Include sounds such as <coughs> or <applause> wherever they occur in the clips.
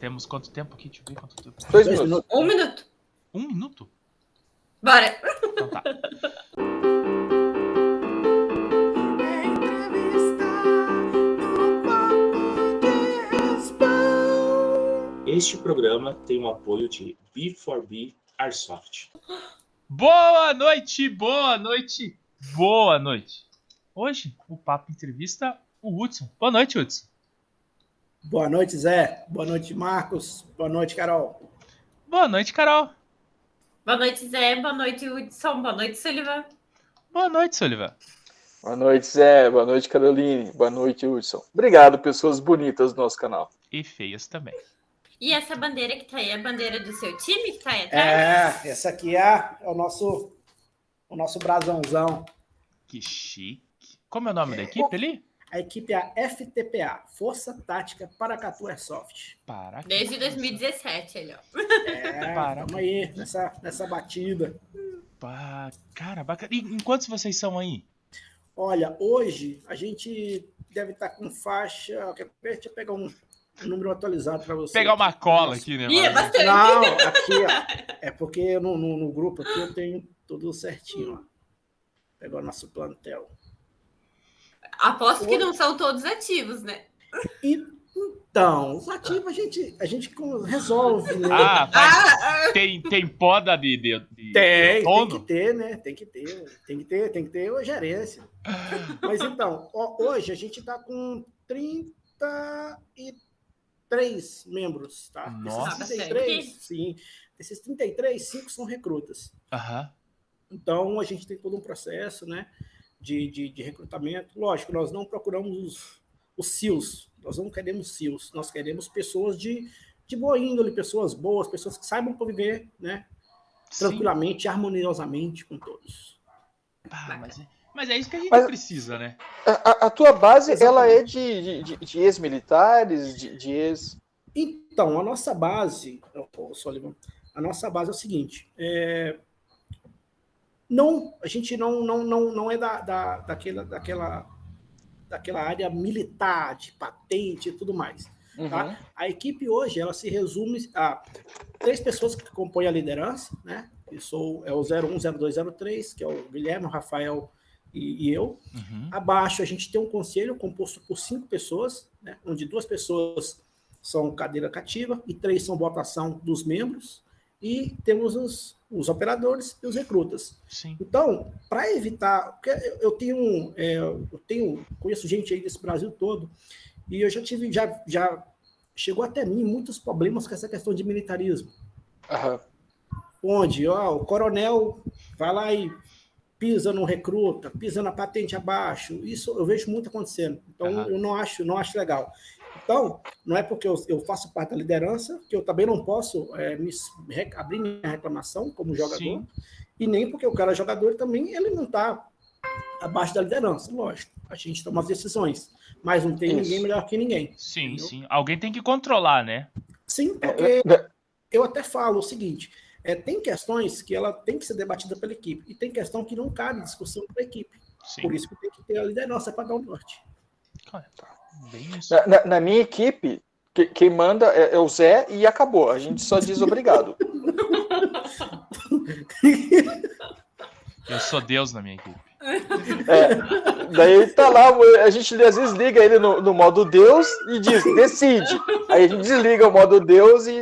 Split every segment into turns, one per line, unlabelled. Temos quanto tempo aqui? Deixa eu ver quanto tempo.
Dois minutos.
Um minuto.
Um minuto?
Bora.
Então tá.
Este programa tem o apoio de B4B Airsoft.
Boa noite, boa noite, boa noite. Hoje, o Papo entrevista o Hudson. Boa noite, Hudson.
Boa noite, Zé. Boa noite, Marcos. Boa noite, Carol.
Boa noite, Carol.
Boa noite, Zé. Boa noite, Hudson. Boa noite, Sullivan.
Boa noite, Sullivan.
Boa noite, Zé. Boa noite, Caroline. Boa noite, Hudson. Obrigado, pessoas bonitas do nosso canal.
E feias também.
E essa bandeira que tá aí é a bandeira do seu time que tá aí atrás?
É, essa aqui é, é o nosso o nosso brasãozão.
Que chique. Como é o nome da equipe ali?
A equipe é a FTPA, Força Tática Paracatu Airsoft.
Para.
Desde 2017, ele, ó.
É,
Para.
tamo aí, nessa, nessa batida.
Pá, cara, bacana. E em quantos vocês são aí?
Olha, hoje a gente deve estar com faixa... quer ver? Deixa eu pegar um, um número atualizado para você.
Pegar uma cola
Nossa.
aqui, né?
Ih, é
mano?
bastante.
Não, aqui, ó. É porque no, no, no grupo aqui eu tenho tudo certinho, ó. Pegou nosso plantel.
Aposto que não são todos ativos, né?
Então, os ativos a gente, a gente com- resolve, né?
Ah, faz-
Ah,
tem, tem poda de, de, de
tem, tem que
outono?
ter, né? Tem que ter, tem que ter, tem que ter a gerência. Mas então, ó, hoje a gente tá com 33 membros, tá?
Nossa.
Desses 33, sim. Desses 33, 5 são recrutas.
Aham.
Então, a gente tem todo um processo né, de, de, de recrutamento. Lógico, nós não procuramos os, os SEALs, nós não queremos SEALs, nós queremos pessoas de, de boa índole, pessoas boas, pessoas que saibam conviver né,
Sim.
tranquilamente, harmoniosamente com todos.
Pá, mas, é- mas é isso que a gente
Mas-
precisa, né?
A, a- a tua base, ela é
Exatamente.
de, de, de ex-militares, de, de ex...
Então, a nossa base, ô, ô, Sullivan, a nossa base é o seguinte: é, não, a gente não, não, não, não é da, da, daquela, daquela, daquela área militar, de patente e tudo mais.
Uhum.
Tá? A equipe hoje ela se resume a três pessoas que compõem a liderança, né? Eu sou é o 010203, que é o Guilherme, o Rafael e, e eu.
Uhum.
Abaixo a gente tem um conselho composto por cinco pessoas, né? onde duas pessoas são cadeira cativa e três são votação dos membros. E temos os, os operadores e os recrutas.
Sim.
Então, para evitar, porque eu- eu tenho, é, eu tenho, conheço gente aí desse Brasil todo, e eu já tive, já, já chegou até mim muitos problemas com essa questão de militarismo,
Aham.
onde ó, o coronel vai lá e pisa no recruta, pisa na patente abaixo. Isso eu vejo muito acontecendo. Então,
Aham.
eu não acho, não acho legal. Então, não é porque eu, eu faço parte da liderança que eu também não posso é, me, s- re- abrir minha reclamação como jogador
Sim.
e nem porque o cara é jogador também, ele não está abaixo da liderança, lógico. A gente toma as decisões, mas não tem
Isso.
ninguém melhor que ninguém.
Sim,
Entendeu?
sim. Alguém tem que controlar, né?
Sim,
É,
porque
é,
eu até falo o seguinte, é, tem questões que ela tem que ser debatida pela equipe e tem questão que não cabe discussão pela equipe.
Sim.
Por isso que tem que ter a liderança para dar o norte.
Bem
É.
isso.
na, na- na minha equipe, que- quem manda é, é o Zé e acabou. A gente só diz <laughs> obrigado.
Eu sou Deus na minha equipe.
É, daí ele tá lá, a gente às vezes liga ele no, no modo Deus e diz, decide. Aí a gente desliga o modo Deus e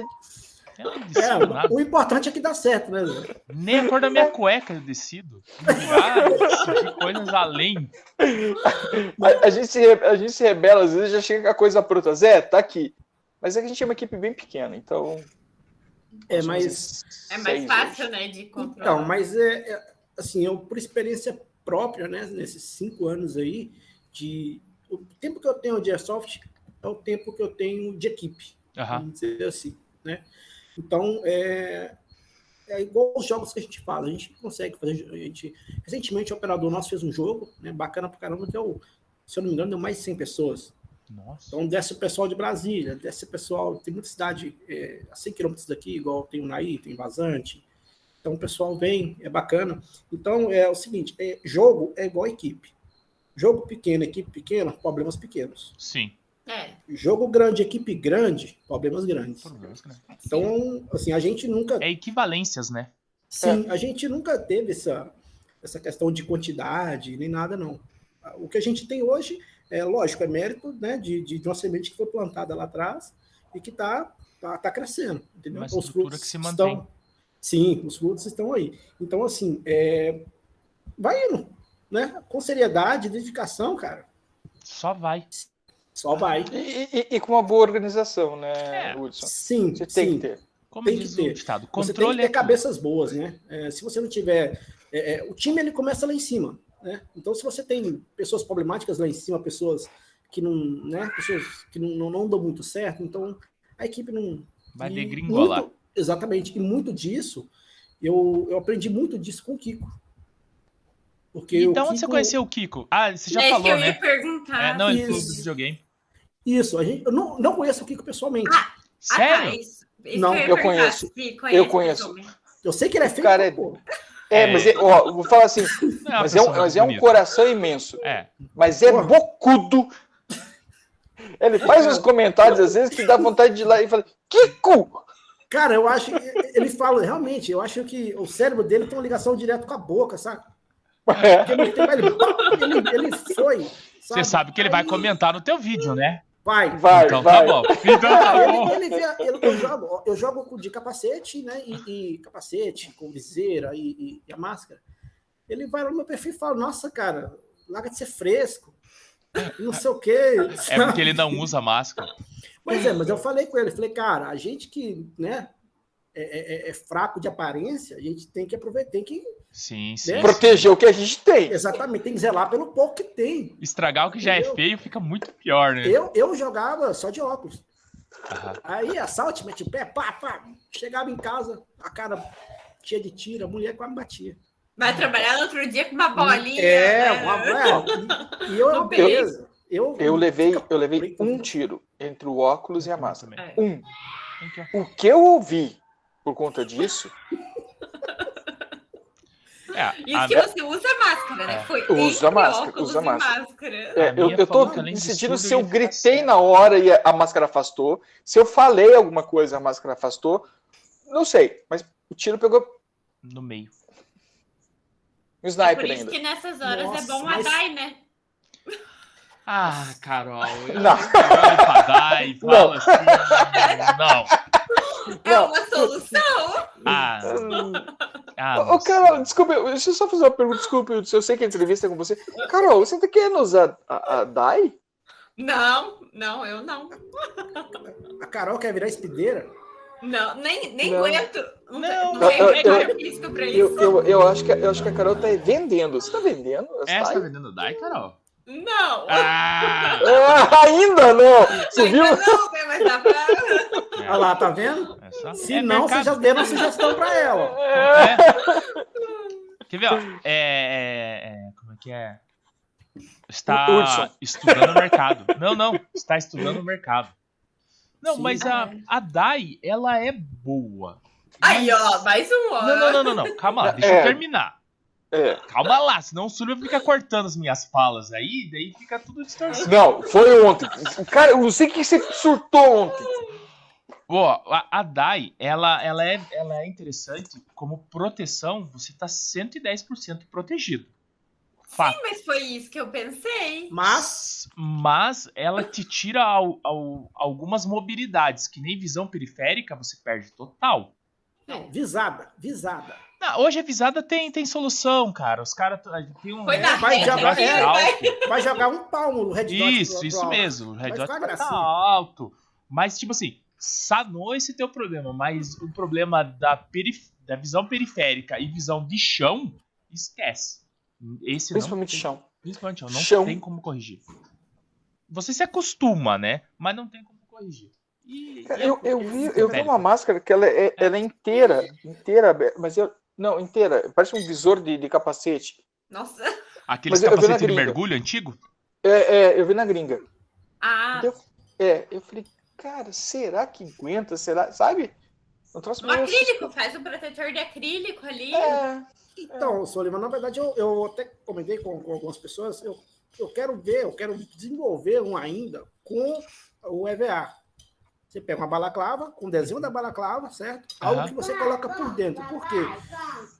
Eu não decido
É,
nada.
o importante é que dá certo, né? Zé?
Nem a cor da minha cueca eu decido. Ah, decidir coisas além.
A, a gente se, re- a gente se rebela, às vezes já chega com a coisa pronta. Zé, tá aqui. Mas é que a gente é uma equipe bem pequena, então.
É,
somos
mas
uns
É mais
seis,
fácil,
hoje.
né, de
Então,
controlar.
mas é, é, assim, eu por experiência própria, né, nesses cinco anos aí, de o tempo que eu tenho de airsoft é o tempo que eu tenho de equipe,
Aham.
vamos dizer assim, né? Então, é, é igual os jogos que a gente fala, a gente consegue fazer, a gente, recentemente o operador nosso fez um jogo, né, bacana pra caramba, que é o, se eu não me engano, deu mais de 100 pessoas,
Nossa.
então desce o pessoal de Brasília, desce o pessoal, tem muita cidade é, a 100 quilômetros daqui, igual tem o Naí, tem Vazante. Então o pessoal vem, é bacana. Então é o seguinte, é, jogo é igual equipe. Jogo pequeno, equipe pequena, problemas pequenos.
Sim.
É.
Jogo grande, equipe grande, problemas grandes.
Problemas, né?
Então, assim, a gente nunca
É equivalências, né?
Sim, a gente nunca teve essa, essa questão de quantidade nem nada, não. O que a gente tem hoje, é lógico, é mérito né, de, de, de uma semente que foi plantada lá atrás e que está tá, tá crescendo. Entendeu?
Uma estrutura que se mantém.
Estão, sim, os frutos estão aí. Então, assim, é, vai indo, né? Com seriedade, dedicação, cara.
Só vai.
Só vai.
E, e- e- e com uma boa organização, né,
É.
Hudson?
Sim,
Você tem
sim.
que ter.
Como
Tem que
diz o
ter.
ditado,
Você tem que
controle
ter
é tudo.
cabeças boas, né? É, se você não tiver. é, é, o time ele começa lá em cima, né? Então, se você tem pessoas problemáticas lá em cima, pessoas que não, né? Pessoas que não, não, não dão muito certo, então a equipe não.
vai
e
degringolar.
muito- Exatamente. E muito disso, eu, eu aprendi muito disso com o Kiko. Porque o
Então, onde você
Kiko-
conheceu o Kiko? Ah, você já
é isso que
falou,
eu ia Ah,
né?
perguntar.
É, não, é
Isso.
clube do videogame.
Isso, a gente, eu não, não conheço o Kiko pessoalmente.
Ah, tá,
Sério?
isso- isso
Não,
que ia
eu
perguntar,
conheço.
se conhece
Eu conheço.
o filme.
Eu sei que ele é feio.
cara é-
pra pô.
É,
É.
mas é, ó, vou falar assim,
Não uma
mas é um,
pessoa
mas é um
bonita.
coração imenso,
É.
mas é
Porra.
bocudo. Ele faz uns comentários às vezes que dá vontade de ir lá e falar, Kiko!
Cara, eu acho. Ele fala, realmente, eu acho que o cérebro dele tem uma ligação direto com a boca, sabe? Porque
É.
ele, tem- ele, ele, ele foi.
Você sabe que ele vai comentar no teu vídeo, né?
Vai.
<laughs> Vai,
então tá
vai.
<laughs>
bom. Então tá
Ele,
bom.
ele vê, ele- eu, jogo, eu jogo de capacete, né? E, e capacete, com viseira e, e- e a máscara. Ele vai lá no meu perfil e fala: Nossa, cara, larga de ser fresco. Não sei o quê.
É porque ele não usa máscara.
Mas é, mas eu falei com ele, falei, cara, a gente que, né, é, é- é fraco de aparência, a gente tem que aproveitar, tem que,
Sim, sim.
Né?
Proteger o que a gente tem.
exatamente, tem que zelar pelo pouco que tem.
Estragar o que já é
Entendeu?
feio fica muito pior, né?
Eu, eu jogava só de óculos.
Aham.
Aí, assalte, mete o pé, pá, pá. Chegava em casa, a cara cheia de tiro, a mulher quase me batia.
Vai trabalhar no outro dia com uma bolinha.
É,
né?
uma é, E eu era
Um
uma beleza. Eu,
Eu levei, eu levei um tiro entre o óculos e a máscara.
Também.
É.
Um.
Tem que-
O que eu ouvi por conta disso,
É,
Isso
a-
que você usa máscara, né?
É.
Foi
Usa
entre
máscara,
óculos
usa
e
máscara.
máscara.
é,
A
eu,
minha
eu tô
falou que além de
decidindo
tudo,
se eu
ele tá
gritei
certo.
na hora e a, a máscara afastou, se eu falei alguma coisa e a máscara afastou, não sei, mas o tiro pegou
no meio.
um
É por
sniper
isso
ainda.
que nessas horas é
Nossa,
bom a
mas-
DAI, né?
Ah, Carol,
<laughs>
eu
Não.
olho pra dar e falo
Não.
assim. Não.
É
Não.
uma solução.
Ah, ah,
Ô, ô, Carol, desculpa, eu- deixa eu só fazer uma pergunta, desculpa, eu eu sei que a entrevista é com você. Carol, você ainda quer nos a, a, a DAI?
Não, não, eu não.
A Carol quer virar espideira.
Não, nem, nem
Não.
aguento. Não,
Não,
não
eu-
tem preparo
eu-
físico pra isso.
Eu, eu, eu, acho que, eu acho que a Carol tá vendendo. Você tá vendendo? as
É, você tá
DAI?
vendendo Dai, Carol?
Não.
Ah!
Ah, <laughs> ainda não!
<laughs>
Você viu?
Ainda não, né, mas dá pra...
Olha lá, tá vendo?
É só-
Se
é
não,
mercado.
você já deu uma sugestão pra ela.
<laughs>
É. Quer ver, ó? É, é, é, como é que é? Está
Hudson.
estudando o mercado. Não, não. Está estudando o mercado. Não,
Sim. Ah, é.
mas a, a DAI, ela é boa.
Aí, ó, mais um ó.
Não, não, não, não, não. Calma lá, deixa
É.
eu terminar.
É.
Calma lá, senão o Sullivan fica cortando as minhas falas aí, daí fica tudo distorcido.
Não, foi ontem. Cara, eu não sei o que você surtou ontem.
Ó, a, a DAI, ela, ela, é, ela é interessante como proteção, você tá 110% protegido. Fato.
Mas foi isso que eu pensei.
Mas,
Mas ela te tira al- al- algumas mobilidades, que nem visão periférica você perde total.
Não.
visada, visada.
Ah, hoje a visada tem, tem solução, cara. Os caras t- tem um.
Foi na né?
Vai,
frente,
já
um
vai,
Red
é,
Dot alto.
Vai jogar um palmo no Red Dot. pro-
Isso,
pro
isso
alto.
mesmo. O Red
Vai
Dot
ficar
tá
gracinha.
alto. Mas, tipo assim, sanou esse teu problema. Mas o problema da, perif- da visão periférica e visão de chão, esquece. Esse não
Principalmente
tem-
chão.
Principalmente chão. Não
Chão.
tem como corrigir. Você se acostuma, né? Mas não tem como corrigir. E, e
Cara,
é
eu, eu
porque-
vi, eu vi uma
né?
máscara que ela é, ela é inteira, inteira, aberta, mas eu. Não, inteira. Parece um visor de, de capacete.
Nossa.
Aqueles
Mas é, eu- eu vi na
capacetes de
gringa.
mergulho antigo?
É, é, eu vi na gringa.
Ah,
Entendeu? É, eu falei, cara, será que aguenta? Será? Sabe? Um troço
o
meio-
acrílico, faz um protetor de acrílico ali.
É,
Então, Soliman, na verdade, eu, eu até comentei com, com algumas pessoas, eu eu quero ver, eu quero desenvolver um ainda com o EVA. Você pega uma balaclava, com o desenho da balaclava, certo? Algo
Aham.
que você coloca por dentro. Por quê?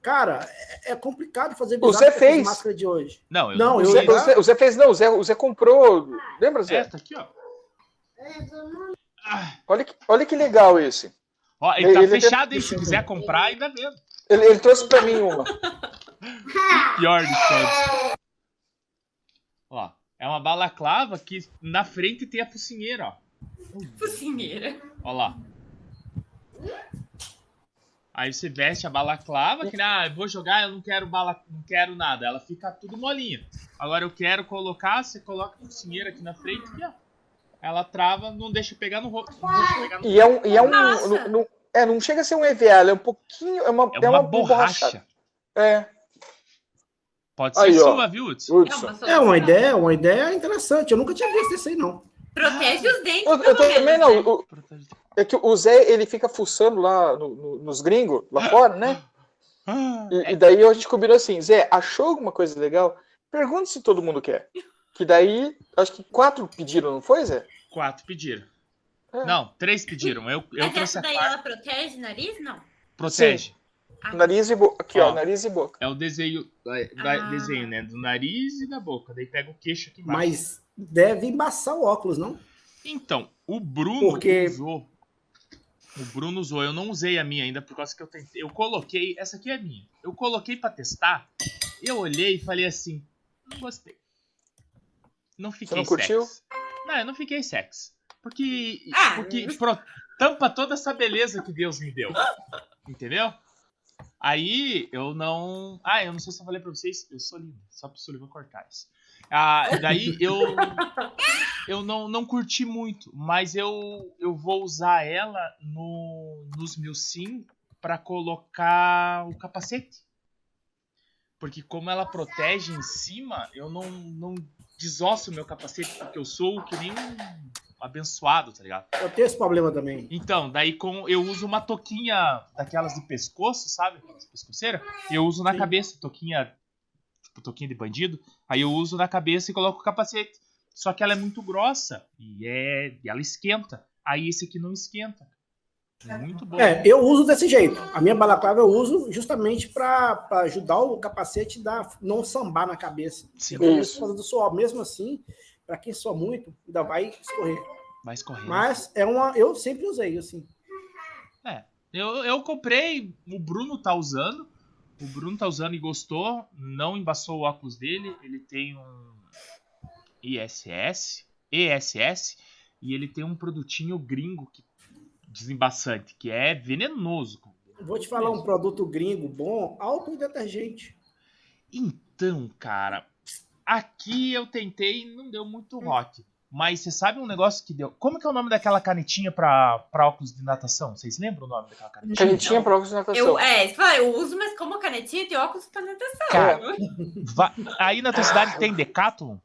Cara, é, é complicado fazer
Você
design com essas
fez?
máscara de hoje.
Não, eu
Não,
O
eu-
Zé,
fiz.
o Zé- o Zé fez, não, o Zé, o Zé comprou. Lembra, Zé?
Essa aqui, ó.
É,
Ah,
Olha que, olha que legal esse.
Ó, ele,
Ele-
tá
É, ele-
fechado, hein? Se quiser comprar, ainda vendo.
Ele, ele trouxe pra mim uma.
Pior de todos. Ó, é uma balaclava que na frente tem a focinheira, ó.
Cozinheira.
Ó lá. Aí você veste a balaclava, que ah, eu vou jogar, eu não quero bala, não quero nada. Ela fica tudo molinha. Agora eu quero colocar, você coloca a focinheira aqui na frente e ó. Ela trava, não deixa pegar no rosto. Não deixa pegar no...
E é um. E é, um
Nossa.
não- não- é, não chega a ser um EVA, ela é um pouquinho. É uma,
É uma borracha.
É,
Pode ser
Aí, ó.
sua, viu, Hudson?
Hudson.
solução.
É uma ideia, uma ideia interessante. Eu nunca tinha visto isso aí, não.
Protege os dentes.
Eu, eu
pelo
também
menos,
não.
né?
o- É que o Zé, ele fica fuçando lá no- no- nos gringos, lá fora, né?
Ah,
E, e daí a gente combinou assim, Zé, achou alguma coisa legal? Pergunta se todo mundo quer. Que daí, acho que quatro pediram, não foi, Zé?
Quatro pediram.
É.
Não, três pediram. Eu, eu
Mas
trouxe
essa
a
daí
quarta.
ela protege o nariz? Não.
Protege.
Nariz e boca. Aqui, ó,
Ó.
nariz e boca.
É o desenho, da- da-
Ah.
desenho, né? Do nariz e da boca. Daí pega o queixo aqui embaixo.
Mas deve embaçar o óculos, não?
Então, o Bruno
Porque-
usou. O Bruno usou. Eu não usei a minha ainda, por causa que eu tentei. Eu coloquei. Essa aqui é a minha. Eu coloquei pra testar. Eu olhei e falei assim. Não gostei. Não fiquei
não curtiu?
sexy. Não, eu não fiquei sexy. Porque.
Ah.
Porque pro- tampa toda essa beleza que Deus me deu. Entendeu? Aí eu não. Ah, eu não sei se eu falei pra vocês. Eu sou lindo. Só pro Sullivan cortar isso. Ah, daí eu. Eu não, não curti muito, mas eu, eu vou usar ela no, nos meus sim pra colocar o capacete. Porque como ela protege em cima, eu não, não desosso o meu capacete, porque eu sou que nem um abençoado, tá ligado?
Eu tenho esse problema também.
Então, daí com, eu uso uma toquinha daquelas de pescoço, sabe? De Pescoceira. Eu uso na
Sim.
cabeça, toquinha. Tipo, toquinha de bandido. Aí eu uso na cabeça e coloco o capacete. Só que ela é muito grossa e, é, e ela esquenta. Aí esse aqui não esquenta. Muito bom.
É, eu uso desse jeito. A minha balaclava eu uso justamente para ajudar o capacete da não sambar na cabeça. Então,
Sim,
Eu
Isso.
uso por causa do suor. Mesmo assim, para quem soa muito, ainda vai escorrer.
vai escorrer.
Mas é uma, eu sempre usei, assim.
Eu, eu comprei, o Bruno tá usando. O Bruno tá usando e gostou. Não embaçou o óculos dele. Ele tem um ISS, ESS, e ele tem um produtinho gringo que, desembaçante, que é venenoso. cara.
Vou te falar um produto gringo bom, álcool e detergente.
Então, cara, aqui eu tentei e não deu muito rock. Mas você sabe um negócio que deu. Como que é o nome daquela canetinha pra, pra óculos de natação? Vocês lembram o nome daquela canetinha?
Canetinha pra óculos de natação.
Eu, é, você fala, eu uso, mas como canetinha de óculos pra natação.
Cara. Va- Aí na tua cidade tem Decathlon?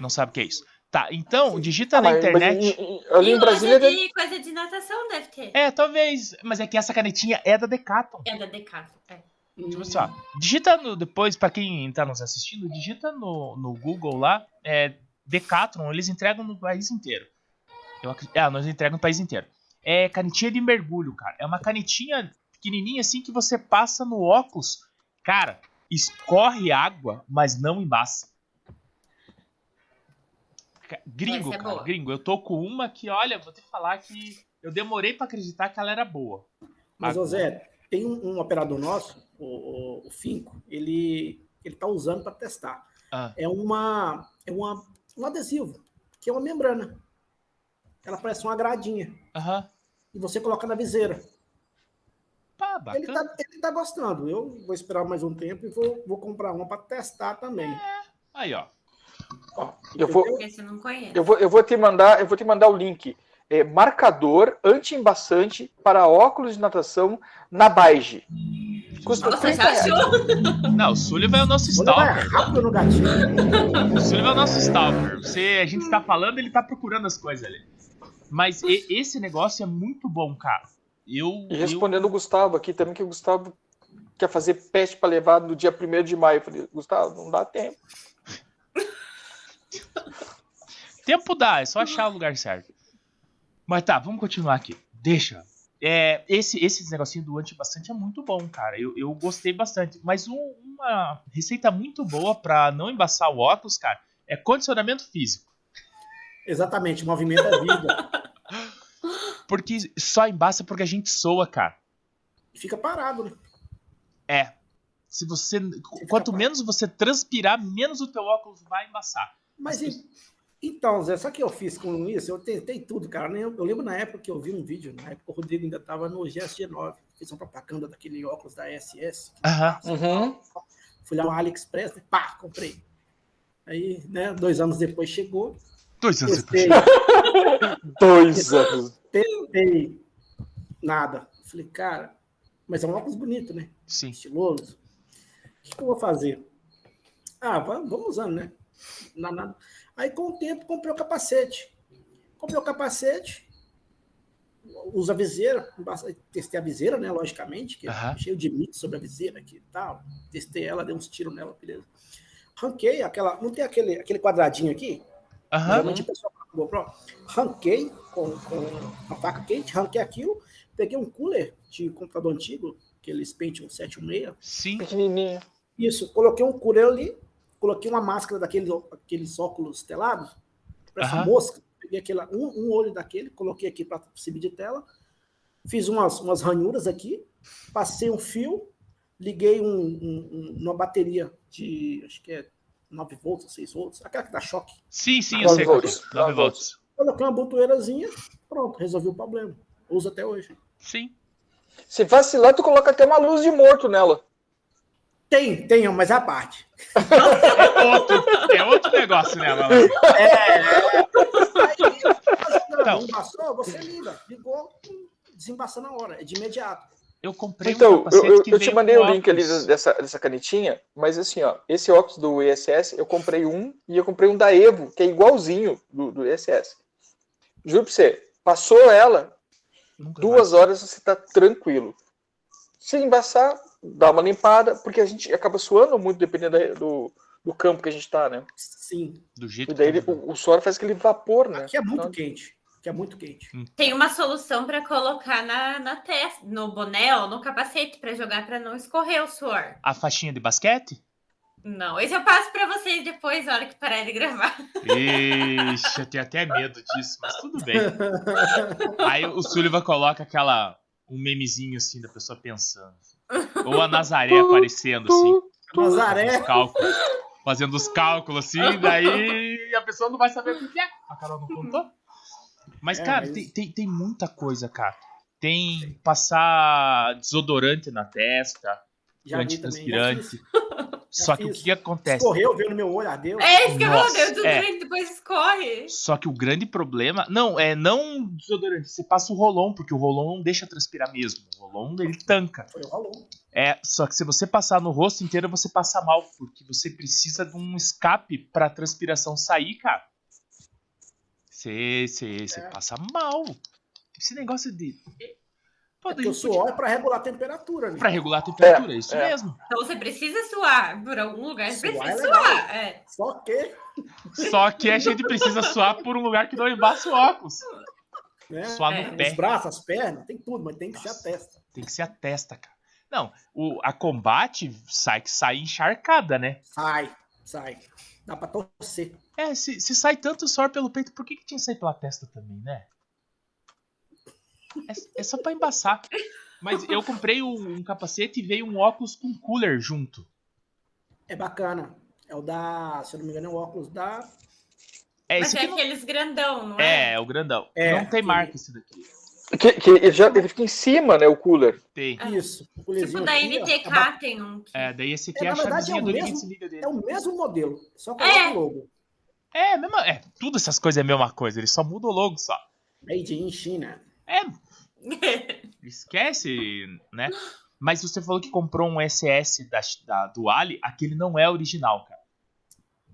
Não sabe o que é isso. Tá, então digita
Ah,
na
mas- mas
internet.
em- em- ali
E
em
loja
Brasília
de
deve-
coisa de natação deve ter.
É, talvez. Mas é que essa canetinha é da Decathlon.
É da Decathlon. É.
Tipo assim, ó, digita no, depois, pra quem tá nos assistindo, digita no, no Google lá, é, Decathlon, eles entregam no país inteiro. Eu, acri- ah, nós entregam no país inteiro. É canetinha de mergulho, cara. É uma canetinha pequenininha assim que você passa no óculos. Cara, escorre água, mas não embaça. Ca- Gringo,
Essa é
cara,
boa.
gringo. Eu tô com uma que, olha, vou te falar que eu demorei pra acreditar que ela era boa.
Mas, ô
Agora-
Zé, tem um, um operador nosso, o, o- o Finco, ele ele tá usando para testar.
Ah.
É uma é uma um adesivo que é uma membrana. Ela parece uma gradinha
Aham.
e você coloca na viseira.
Pá,
Ele
bacana.
tá, ele tá gostando. Eu vou esperar mais um tempo e vou, vou comprar uma para testar também.
Aí, ó.
Ó, Eu vou, <laughs>
Porque você não conhece.
Eu vou, eu vou te mandar, eu vou te mandar o link. É, marcador anti-embaçante para óculos de natação na Baige. Custa
Nossa,
30
já
reais.
achou?
Não, o Sullivan é o nosso
Quando vai
stalker.
rápido no gatilho.
O Sullivan é o nosso stalker. Você, a gente tá falando, ele tá procurando as coisas ali. Mas e- esse negócio é muito bom, cara. Eu,
E
eu
respondendo o Gustavo aqui também, que o Gustavo quer fazer peste para levar no dia 1 de maio. Eu falei, Gustavo, não dá tempo.
Tempo dá, é só achar o lugar certo. Mas tá, vamos continuar aqui. Deixa. É, esse, esse negocinho do antibastante é muito bom, cara. Eu, eu gostei bastante. Mas um- uma receita muito boa pra não embaçar o óculos, cara, é condicionamento físico.
Exatamente, movimenta a vida. <laughs>
Porque só embaça porque a gente soa, cara.
Fica parado, né?
É. Se você. Quanto menos você transpirar, menos o teu óculos vai embaçar.
Mas e- então, Zé, só que eu fiz com isso, eu tentei tudo, cara. Nem- Eu, lembro na época que eu vi um vídeo, na época o Rodrigo ainda estava no GS9, fez uma propaganda daquele óculos da SS.
Aham.
Fui lá no AliExpress, né? pá, comprei. Aí, né, dois anos depois chegou,
Dois anos depois.
testei,
Dois anos.
testei, nada. Falei, cara, mas é um óculos bonito, né?
Sim.
estiloso. O que, que eu vou fazer? Ah, va- vamos usando, né? Não dá nada. Aí, com o tempo, comprei o capacete. Comprei o capacete, usa a viseira, embaça- testei a viseira, né? Logicamente, que é
Aham.
cheio de mitos sobre a viseira aqui e tal. Testei ela, dei uns tiros nela, beleza. Ranquei aquela. Não tem aquele, aquele quadradinho aqui?
Aham.
Uhum.
Geralmente o pessoal fala com o GoPro. Ranquei com, com a faca quente, ranquei aquilo, peguei um cooler de computador antigo, aqueles Pentium 716,
Sim.
Pequenininho.
isso, coloquei um curel ali, coloquei uma máscara daqueles aqueles óculos telados, parece
Aham.
mosca. Peguei aquela, um, um olho daquele, coloquei aqui para servir de tela, fiz umas, umas ranhuras aqui, passei um fio, liguei um, um- um- uma bateria de, acho que é 9 volts, 6 volts, aquela que dá choque.
Sim, sim, eu
Nove
sei. qual que é.
volts.
Nove
Nove
volts.
Coloquei uma botoeirazinha, pronto, resolvi o problema. Uso até hoje.
Sim.
Se vacilar, tu coloca até uma luz de morto nela.
Tem, tem, mas é a parte.
É outro, é outro negócio, né, Malandro? Então.
Não, embaçou, você liga, ligou, desembaça na hora, é de imediato.
Eu comprei um
Então, eu,
capacete
eu-
que
eu
veio
te mandei
com
o link ali
óculos.
dessa, dessa canetinha, mas assim, ó, esse óculos do ISS, eu comprei um e eu comprei um da Evo, que é igualzinho do, do ISS. Juro pra você, passou ela,
Nunca mais.
duas horas você tá tranquilo. Se embaçar, dá uma limpada, porque a gente acaba suando muito dependendo da- do, do campo que a gente tá, né?
Sim.
Do
E
jeito
daí
que
ele- o, o suor faz aquele vapor, né?
Aqui é muito
Então,
quente. Aqui é muito quente.
Tem uma solução para colocar na, na testa, no boné ou no capacete para jogar para não escorrer o suor.
A faixinha de basquete?
Não, esse eu passo para vocês depois, na hora que parar de gravar. <laughs>
Ixi, eu tenho até medo disso, mas tudo bem. Aí o Sullivan coloca aquela. um memezinho assim da pessoa pensando. assim. Ou a Nazaré aparecendo assim.
Nazaré,
Os cálculos. Fazendo os cálculos assim, daí a pessoa não vai saber o que que é. A Carol não contou. Mas,
É,
cara,
mas-
Tem, tem, tem muita coisa, cara. Tem passar desodorante na testa,
já vi também. já
antitranspirante.
fiz.
Só que o
fiz.
que acontece?
Escorreu, veio no meu olho, ardeu.
É isso que eu vou
Nossa,
fazer, o
é.
desodorante depois escorre.
Só que o grande problema. Não, é não desodorante. Você passa o rolon, porque o rolon não deixa transpirar mesmo. O rolon ele tanca.
Foi o rolo.
É, só que se você passar no rosto inteiro, você passa mal, porque você precisa de um escape pra transpiração sair, cara. Você, você, você
É.
passa mal. Esse negócio de. Pô,
Porque o suor é para regular a temperatura. Né?
Pra regular a temperatura, é, isso
é.
mesmo.
Então você precisa suar por algum lugar. Você
Suar
precisa
é legal.
suar. É.
Só que,
Só que a gente precisa suar por um lugar que não embaça o óculos.
né?
Suar
É.
no
Os
pé.
braços, as pernas, tem tudo, mas tem que ser a
Nossa.
testa.
Tem que ser a testa, cara. Não, o, a combate sai que sai encharcada, né?
Sai, sai. Dá pra torcer.
É, se, se sai tanto suor pelo peito, por que, que tinha que sair pela testa também, né? É, é só pra embaçar. Mas eu comprei um, um capacete e veio um óculos com cooler junto.
É bacana. É o da, se eu não me engano, é o óculos da.
É
Mas
esse
é
aqui. Não...
aqueles grandão, não é?
É, é o grandão.
É,
não tem
aquele-
marca esse daqui.
Que, que ele, já, ele fica em cima, né? O cooler.
Tem.
Ah.
Isso. o
Tipo
colezinho
da
aqui, ó,
NTK
é ba-
tem um. que-
É, daí esse aqui
É,
é, a
na verdade,
chavezinha
é o
do
mesmo-
limite liga dele.
É o mesmo modelo, só coloca
É.
o logo.
É, mesmo, é, tudo essas coisas é a mesma coisa, ele só muda o logo só.
Made in China.
É,
<laughs>
Esquece, né? Mas você falou que comprou um SS da, da- do Ali, aquele não é original, cara.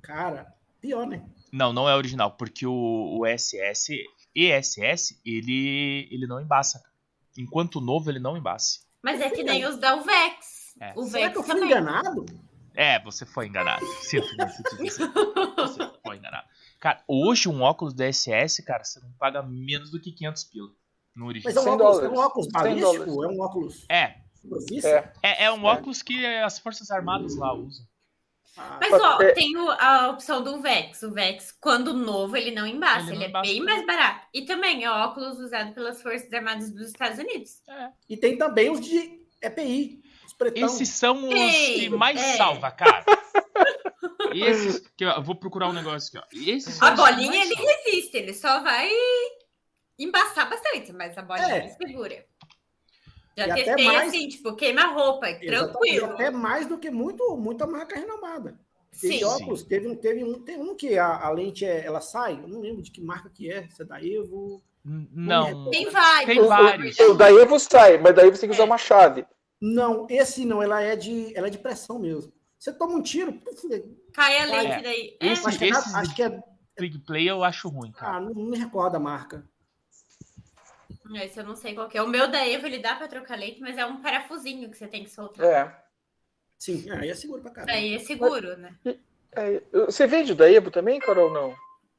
Cara, pior, né?
Não, não é original, porque o, o SS, ESS, ele, ele não embaça. cara. Enquanto o novo, ele não embaça.
Mas é que nem os da Uvex.
É.
O
Será que eu
Vex
fui
também.
enganado?
É, você foi enganado. Sinto muito te dizer. Você foi enganado. Cara, hoje um óculos da SS, cara, você não paga menos do que 500 pila no
Mas
original.
é um
100
óculos, é um
dólares.
óculos
100
balístico? É
dólares.
um óculos
É,
profissa?
É.
é, é um óculos que as Forças Armadas lá usam.
Ah,
Mas
Pode
ó,
ter.
tem o- a opção do Vex. O Vex, quando novo, ele não embaça,
Ele
ele,
não
é
embaça.
bem mais barato. E também é óculos usado pelas Forças Armadas dos Estados Unidos.
E tem também os de EPI, os pretão.
Esses são os
Ei,
que mais
Então, é.
salva, cara. <laughs> Esses. Que, ó, eu vou procurar um negócio aqui, ó. Esses são
A
os que
bolinha é
mais
ele
salva.
resiste, ele só vai embaçar bastante, mas a bolinha
É.
ele segura. Já
E até
testei
mais-
assim, tipo, queima a roupa,
Exatamente,
tranquilo.
Até mais do que muito, muita marca renomada. Teve
Sim.
óculos, teve um, teve um, tem um que a, a lente é- ela sai, eu não lembro de que marca que é, se é da Evo.
N- Não.
Tem vários.
Tem vários.
é O É. da Evo sai, mas daí você tem que usar uma chave.
Não, esse não, ela é de, ela é de pressão mesmo. Você toma um tiro, puf,
Cai a lente
É.
daí. É,
Esse,
acho que, é,
esses
acho que é-
Big Play eu acho ruim, cara.
ah, não, não me recordo a marca.
esse eu não sei qual que é. O meu da Eva, ele dá pra trocar leite, mas é um parafusinho que você tem que soltar.
É.
Sim, aí é seguro pra caramba.
Daí é seguro, né?
É, Você vende o da Evo também, Carol? Não.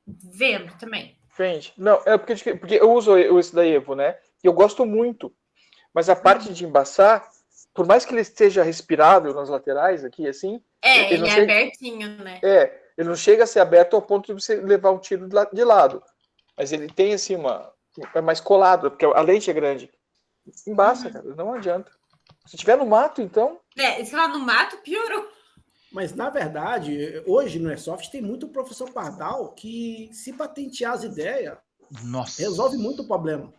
Vendo também.
Vende. Não, é porque, tipo, porque eu uso esse da Evo, né? E eu gosto muito. Mas a parte de embaçar, por mais que ele esteja respirável nas laterais aqui, assim, Eu-
É,
eu
ele
não
é
sei-
abertinho, né?
é, ele não chega a ser aberto ao ponto de você levar um tiro de la- de lado. Mas ele tem, assim, uma. É mais colado, porque a lente é grande. Embaça, cara, não adianta. Se tiver no mato, então.
É, se lá no mato, piorou.
Mas, na verdade, hoje no Airsoft tem muito professor pardal que, se patentear as ideias,
Nossa.
resolve muito o problema.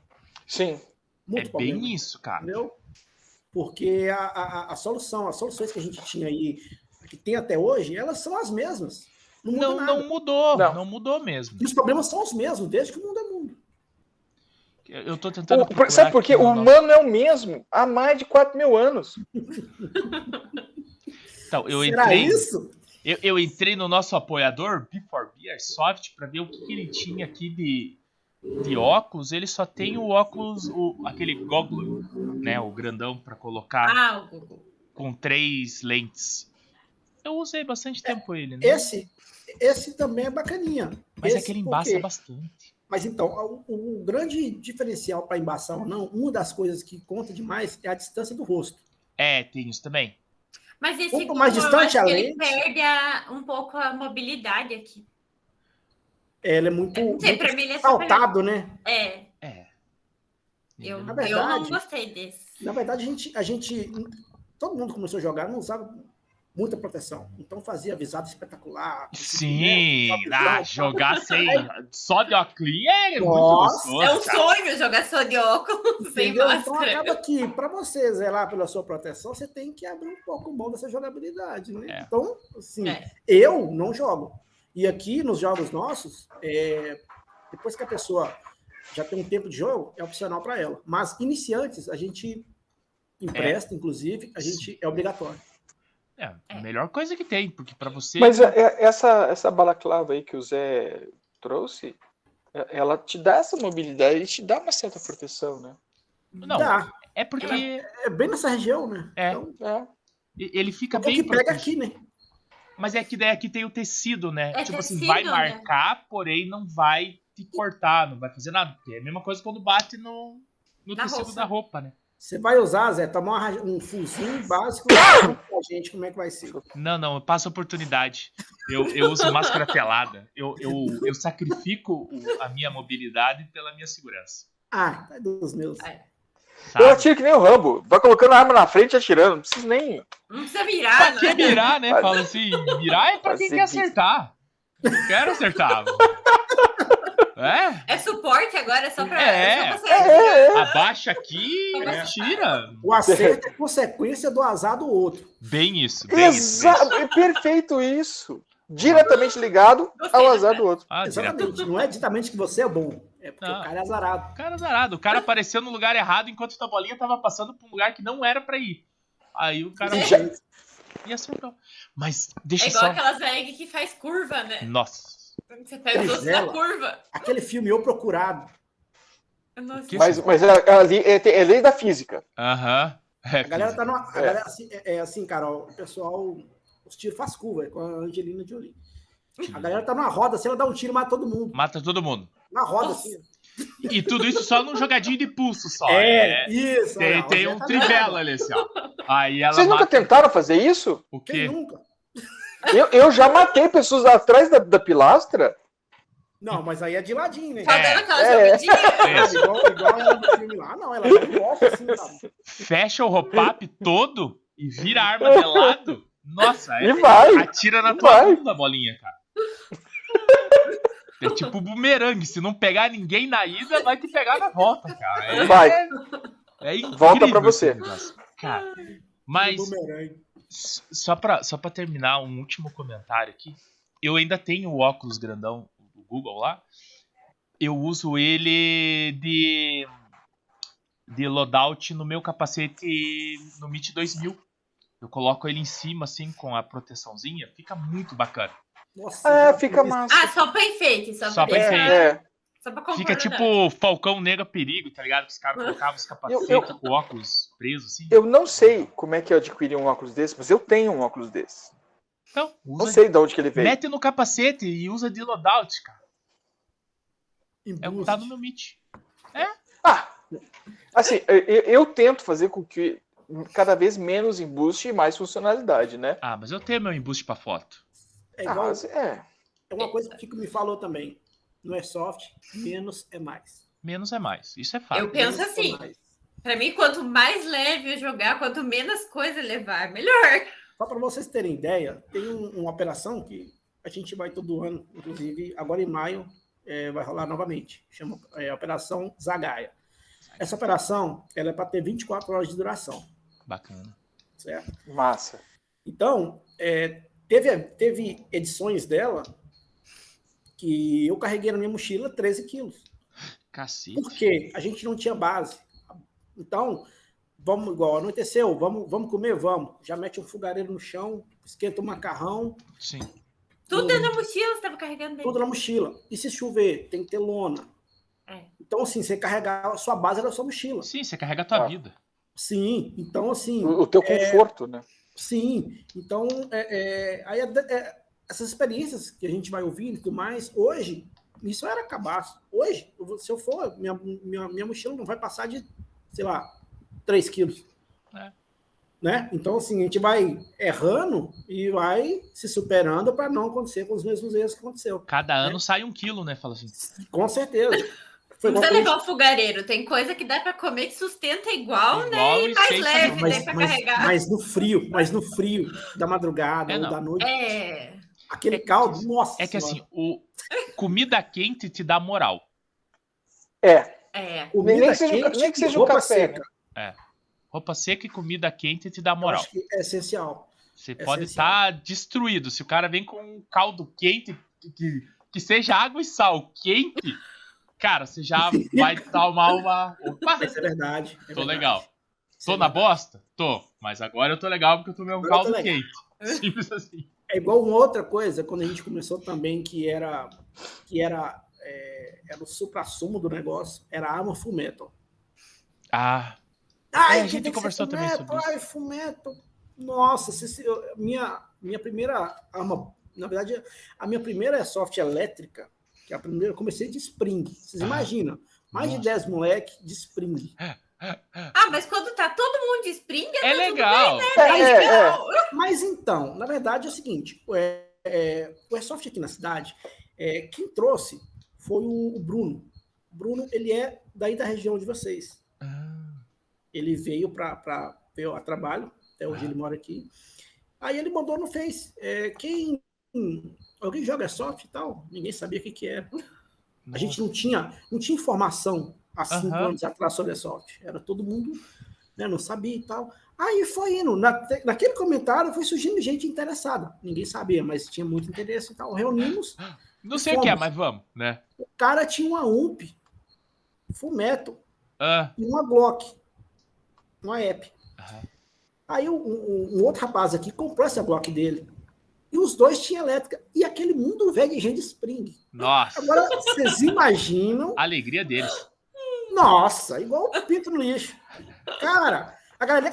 Sim.
Muito
é
problema.
bem isso, cara.
entendeu? Porque a, a, a- a solução, as soluções que a gente tinha aí, que tem até hoje, elas são as mesmas. Não muda
Não,
nada.
não mudou, não.
Não.
mudou mesmo.
E os problemas são os mesmos, desde que o mundo é mundo.
Eu tô tentando.
O- por-
procurar
sabe por quê?
aqui
O
no nosso-
humano é o mesmo há mais de 4 mil anos.
Então, eu
Será
entrei,
isso?
eu, eu entrei no nosso apoiador, B4B Airsoft, pra ver o que, que ele tinha aqui de, de óculos. Ele só tem o óculos, o, aquele goggle, né? O grandão pra colocar
Ah, o Google.
com três lentes. Eu usei bastante tempo ele, né?
É, Esse, esse também é bacaninha.
Mas é
Esse,
aquele
por
embaça
quê?
bastante.
Mas então, o, o grande diferencial para embaçar ou não, uma das coisas que conta demais é a distância do rosto.
É, tem isso também.
Mas esse
Quanto
Google,
Um mais
eu
distante
acho
a
que ele
lente-
perde a- um pouco a mobilidade aqui.
Ela é muito,
Não sei, pra
muito
mim ele é super...
saltado, né?
É,
É.
eu,
Na
eu não
verdade-
gostei desse.
Na verdade, a gente, a gente. Todo mundo começou a jogar, não usava muita proteção. Então fazia visada espetacular.
Sim,
Né?
ah, jogar
<laughs>
sem só de óculos é muito
Nossa,
gostoso.
É um
cara.
sonho jogar só de óculos, sem
Entendeu? Então
máscara.
acaba que, para você zelar pela sua proteção, você tem que abrir um pouco mão dessa jogabilidade, né?
É.
Então, assim,
É.
eu não jogo. E aqui nos jogos nossos, é, depois que a pessoa já tem um tempo de jogo, é opcional para ela. Mas iniciantes, a gente empresta, inclusive, a gente é obrigatório.
É, a
É.
melhor coisa que tem, porque pra você.
Mas é- é- essa, essa balaclava aí que o Zé trouxe, é- ela te dá essa mobilidade e te dá uma certa proteção, né?
não,
Tá,
é porque
é bem nessa região, né?
É.
Então,
É.
e- ele fica
é o
bem
que pega
protegido.
aqui, né?
Mas é que daí aqui tem o tecido, né?
É
tipo assim,
tecido,
vai
né?
marcar, porém não vai te cortar, não vai fazer nada. Porque é a mesma coisa quando bate no, no
Na
tecido
roupa.
da roupa, né?
Você vai usar, Zé, tomar uma raja- um fuzil
<coughs>
básico pra gente como é que vai ser.
Não, não, eu passo a oportunidade. Eu, eu uso máscara telada. Eu, eu, eu sacrifico o- a minha mobilidade pela minha segurança.
Ah, tá dos meus.
Ai.
Sabe?
Eu atiro que nem o Rambo. Vai colocando a arma na frente e atirando. Não precisa nem.
Não precisa virar,
Pra
né?
que mirar, né?
Faz-
Fala assim, mirar é pra
Faz
quem quer
sentido.
acertar. Eu quero acertar. mano. É?
É suporte agora, só pra,
É.
só pra
É,
sair.
é, é.
Abaixa aqui
É.
tira.
O acerto é consequência do azar do outro.
Bem isso, bem isso. bem isso.
Exato. É perfeito isso. Diretamente ligado ao azar do outro.
Ah, direto. Ah.
Exatamente. Não é ditamente que você é bom. É porque
Não.
o cara é azarado.
O cara zarado. O cara apareceu no lugar errado enquanto a bolinha tava passando pra um lugar que não era pra ir. Aí o cara
Não tem
Já-
jeito.
e acertou. Mas
É
deixa
igual
só.
aquelas velhas que faz curva, né?
Nossa.
Você tá pega os outros na
Tigela.
curva.
Aquele filme Eu Procurado.
Nossa.
Que-
Mas, mas é- é ali é, te- é lei da física.
Aham.
A galera tá numa. A galera, assim, é, é assim, Carol, o pessoal. Os tiros faz curva, é com a Angelina Jolie. A galera tá numa roda, assim, ela dá um tiro e mata todo mundo.
Mata todo mundo.
Na roda,
Nossa.
assim.
E tudo isso só num jogadinho de pulso só.
É,
né?
isso.
Tem,
olha lá,
tem
já
um
tá
trivela ali, assim, ó. Aí ela
Vocês nunca
mata
tentaram fazer isso?
o
Quem
quê?
nunca?
Eu, eu já matei pessoas atrás da, da pilastra.
Não, mas aí é de ladinho, né?
Tá dando aquela
É.
gemidinha?
Ah,
É,
igual, igual ela do filme lá, não. Ela dá um golpe, assim, tá?
Fecha o roupap todo e vira a
<laughs>
arma de lado. Nossa, é,
E vai.
atira na
E
tua
vai.
bunda a bolinha, cara. É tipo bumerangue. Se não pegar ninguém na ida, vai te pegar na volta, cara. É,
Vai.
é incrível
Volta pra você.
esse negócio. Cara, mas
Bumerangue.
S- só pra só para terminar um último comentário aqui. Eu ainda tenho o óculos grandão do Google lá. Eu uso ele de de loadout no meu capacete no Meet 2000. Eu coloco ele em cima assim com a proteçãozinha, fica muito bacana.
Nossa,
Ah,
já
fica
fiz isso.
massa.
Ah, só pra enfeite. Só,
Só pra
deixar-
enfeite.
É, é.
Só pra comprar.
Fica tipo Falcão Negro a Perigo, tá ligado? Que os caras colocavam os capacetes
eu-
com o óculos preso assim.
Eu não sei como é que eu adquiri um óculos desse, mas eu tenho um óculos desse.
Então,
Não
usa,
sei de onde que ele veio.
mete no capacete e usa de loadout, cara. É o que tá no meu Meet.
Ah, assim, eu, eu- eu tento fazer com que cada vez menos embuste e mais funcionalidade, né?
Ah, mas eu tenho meu embuste pra foto.
É,
Ah,
igual,
assim, é.
é uma coisa que o Kiko me falou também. No Airsoft, menos é mais.
Menos é mais. Isso é fato.
Eu penso
Menos é
assim.
mais.
Pra mim, quanto mais leve eu jogar, quanto menos coisa levar, melhor.
Só para vocês terem ideia, tem um- uma operação que a gente vai todo ano, inclusive agora em maio eh, vai rolar novamente. Chama eh, Operação Zagaia. Essa operação ela é para ter 24 horas de duração,
Bacana.
certo?
Massa.
Então, eh, teve, teve edições dela que eu carreguei na minha mochila 13 quilos.
Cacete.
Porque a gente não tinha base. Então, vamos igual, anoiteceu, vamos, vamos comer, vamos. Já mete um fogareiro no chão, esquenta o macarrão,
Sim.
Tudo dentro da mochila, você tava carregando dentro.
tudo na mochila. E se chover, tem que ter lona.
É.
Então, assim, você carregar a sua base era a sua mochila.
Sim, você carrega a tua
Ah.
vida.
Sim, então assim,
O, o teu conforto, né?
sim. Então, é, é, aí é- é, essas experiências que a gente vai ouvindo e tudo mais, hoje, isso era cabaço. Hoje, eu vou- se eu for, minha, minha, minha mochila não vai passar de, sei lá, 3 quilos.
É.
Né? Então, assim, a gente vai errando e vai se superando para não acontecer com os mesmos erros que aconteceu.
Cada ano sai um quilo, né? Fala assim.
Com
<laughs>
certeza. Foi
Não
igual quando a
precisa
gente
levar o fogareiro. Tem coisa que dá pra comer que sustenta igual,
Igual
né?
e
E mais
sem
leve,
sabor.
mas,
né? Pra
mas-
carregar.
mas no frio, mas no frio da madrugada
É,
ou
não.
da noite,
É.
aquele caldo, nossa.
É que
senhora.
assim,
<laughs>
o comida quente te dá moral.
É.
É.
Comida
nem que seja um ca-
quente
nem que
e
seja um
roupa
café,
seca,
Roupa seca e comida quente te dá
eu
moral.
acho que é essencial.
Você
é
pode estar
essencial.
destruído. Se o cara vem com um caldo quente, que, que seja água e sal quente, cara, você já
<laughs>
vai tomar uma. Opa,
Isso é verdade. é
tô
verdade.
legal.
Isso é
Tô na
verdade.
bosta? Tô. Mas agora eu tô legal porque eu tomei um
Agora eu tô
caldo
legal. <laughs>
quente. Simples assim.
É igual uma outra coisa, quando a gente começou também, que era que era, é, era o supra-sumo do negócio, era a arma fumeto.
Ah,
Ai,
a
que
gente
tem que
conversou
ser
também
fumeto,
sobre isso.
Ai, fumeto. Nossa, se- se- eu- minha, minha primeira arma, na verdade, a minha primeira é soft elétrica, que é a primeira, eu comecei de spring. Vocês
Ah,
imaginam? Mais de 10 moleque de spring.
Ah, mas quando tá todo mundo de spring, é
é legal.
É, é, é.
legal.
Mas então, na verdade é o seguinte, é, é, o Airsoft aqui na cidade, é, quem trouxe foi o, o Bruno. O Bruno, ele é daí da região de vocês.
Ah,
Ele veio para veio a trabalho, até hoje
Ah.
ele mora aqui. Aí ele mandou no Face. é, quem. Alguém joga soft e tal? Ninguém sabia o que, que era. A
nossa.
gente não tinha, não tinha informação há cinco
Aham.
anos atrás sobre a soft. Era todo mundo, né, não sabia e tal. Aí foi indo. Na, naquele comentário foi surgindo gente interessada. Ninguém sabia, mas tinha muito interesse e tal. Reunimos.
Não sei o que é,
Fomos.
mas vamos, né?
O cara tinha uma UMP, Fumeto
Ah,
e uma Glock. Uma app.
ah,
Aí um, um- um outro rapaz aqui comprou essa Glock dele. E os dois tinham elétrica. E aquele mundo velho de gente spring.
nossa,
Agora, vocês imaginam.
a alegria deles.
Nossa, igual o pinto no lixo. Cara, A galera.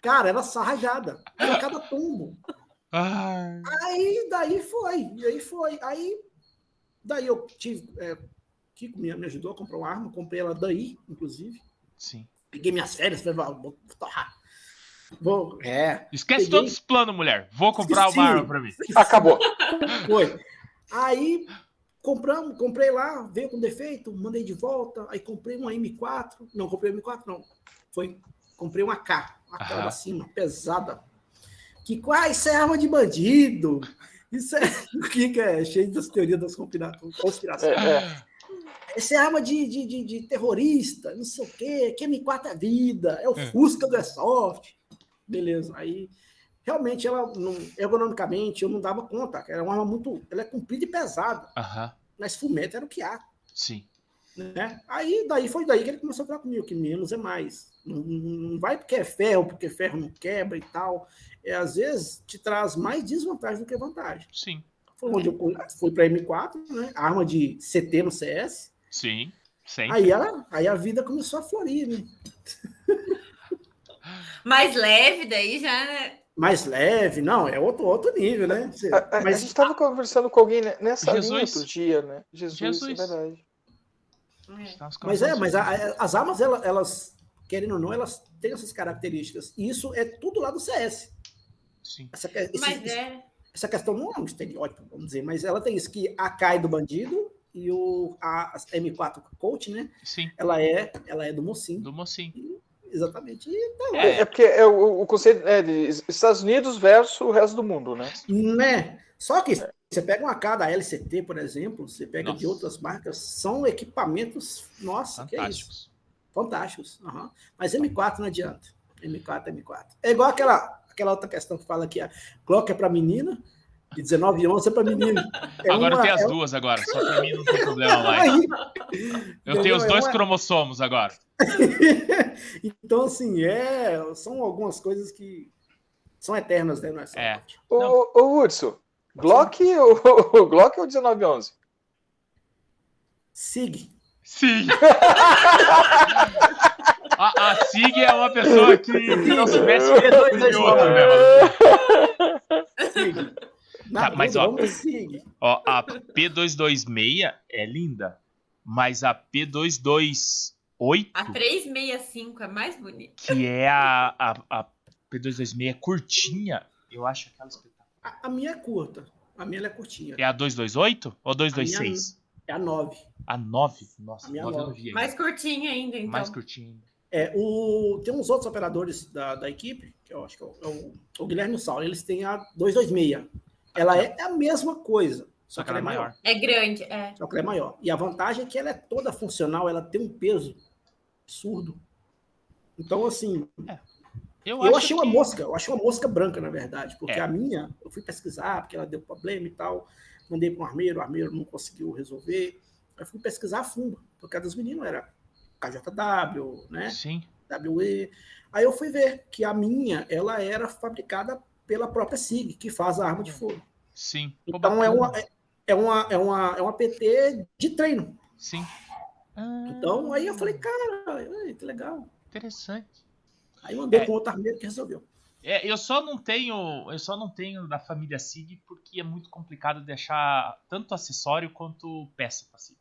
Cara, era sarrajada. Era cada tombo.
Ai,
Aí daí foi, daí foi. Aí daí eu tive. É, Kiko me, me ajudou a comprar uma arma, comprei ela daí, inclusive.
sim.
Peguei minhas férias, falei, "Ah, vou torrar. Vou, é,
Esquece
Peguei.
todos os planos, mulher. Vou comprar uma
Esqueci.
arma pra mim.
é. Acabou.
foi. Aí compramos, comprei lá, veio com defeito, mandei de volta, aí comprei uma M4. Não, comprei uma M4, não. Foi, comprei uma K, uma K
Aham.
acima, pesada. Que quase isso é arma de bandido. Isso é <laughs> o que que é cheio das teorias das conspira-
É,
conspirações.
é.
Essa é arma de, de, de, de terrorista, não sei o quê, que M4 é vida, é o
É.
Fusca do Airsoft. Beleza, aí realmente ela, não- ergonomicamente, eu não dava conta, cara, era uma arma muito, ela é comprida e pesada,
Aham,
mas fumeta era o que há,
sim.
né? Aí daí foi daí que ele começou a falar comigo, que menos é mais. Não, não não vai porque é ferro, porque ferro não quebra e tal. É, às vezes te traz mais desvantagem do que vantagem.
Sim.
Foi onde eu fui para M4, né? Arma de CT no CS.
Sim. Sempre.
Aí a, aí a vida começou a florir, né?
Mais leve, daí já, né?
Mais leve, não, é outro, outro nível, né? Você-
É,
A, a- É, a
mas
gente estava conversando com alguém né, nessa linha
Jesus.
outro dia, né? Jesus,
Jesus.
é verdade.
É.
mas é, mas a- a- as armas, ela- elas, querendo ou não, elas têm essas características. E isso é tudo lá do CS.
Sim.
Essa, que- esse-
Mas é.
essa questão não é um estereótipo, vamos dizer, mas ela tem isso que a Kai do bandido e o, a, a M4 Coach, né?
Sim.
Ela é, ela é do mocinho,
Do mocinho.
exatamente. E,
É, é porque é o, o conceito é de Estados Unidos versus o resto do mundo, né?
né? Só que você pega uma K da LCT, por exemplo, você pega de
Nossa.
outras marcas, são equipamentos, nossa, que é isso.
Fantásticos.
Fantásticos. aham. Mas M4 não adianta. M4 é M4. É igual aquela, aquela outra questão que fala que a Glock é para menina e 19 e 11 é para menino.
<laughs>
É
agora
uma-
tem as
é-
duas agora. Só pra mim não tem
<laughs>
problema mais.
Aí,
Eu tenho os
entendeu? É
dois
uma-
cromossomos agora.
<laughs> então, assim, é, são algumas coisas que são eternas, né? Não é só
É.
Glock.
Ô,
Não.
ô, ô Urso, Glock ou, <laughs> o Glock ou 1911?
Sig. <laughs>
Sim. A, a Sig é uma pessoa que se não soubesse
Sig, dois, dois,
nenhuma
dois.
problema.
Sig.
Tá,
Na
mas,
dúvida,
ó.
vamos de Sig.
Ó, a P226 é linda, mas a P228,
A 365 é mais bonita.
que é a, a, a P226 é curtinha, eu acho aquela espetacular.
A, a minha é curta. A minha ela é curtinha.
É a 228 ou 226?
É a 9.
A 9? Nossa,
A minha
9 eu não
nove.
vi ainda.
Mais curtinha ainda, então.
Mais curtinha.
É, o, tem uns outros operadores da, da equipe, que eu acho que é o, é o- o Guilherme Sal, eles têm a 226. Ela é a mesma coisa, só que ela é maior.
É grande, é.
Só que ela é maior. E a vantagem é que ela é toda funcional, ela tem um peso absurdo. Então, assim,
Eu,
eu,
acho
achei um uma
que-
mosca, eu achei uma mosca branca, na verdade, porque
É.
a minha, eu fui pesquisar, porque ela deu problema e tal, mandei para um armeiro, o armeiro não conseguiu resolver. Eu fui pesquisar a fundo, porque a dos meninos era KJW, né?
Sim.
WE. Aí eu fui ver que a minha, ela era fabricada pela própria SIG, que faz a arma de fogo.
Sim. Pô,
Então é
bacana.
uma, é uma, é uma, é uma PT de treino.
Sim. Ah,
Então aí eu falei, cara, ai, que legal.
Interessante.
Aí mandei
É.
com outro armeiro que resolveu.
É, eu só não tenho, eu só não tenho da família Sig porque é muito complicado deixar tanto acessório quanto peça pra Sig.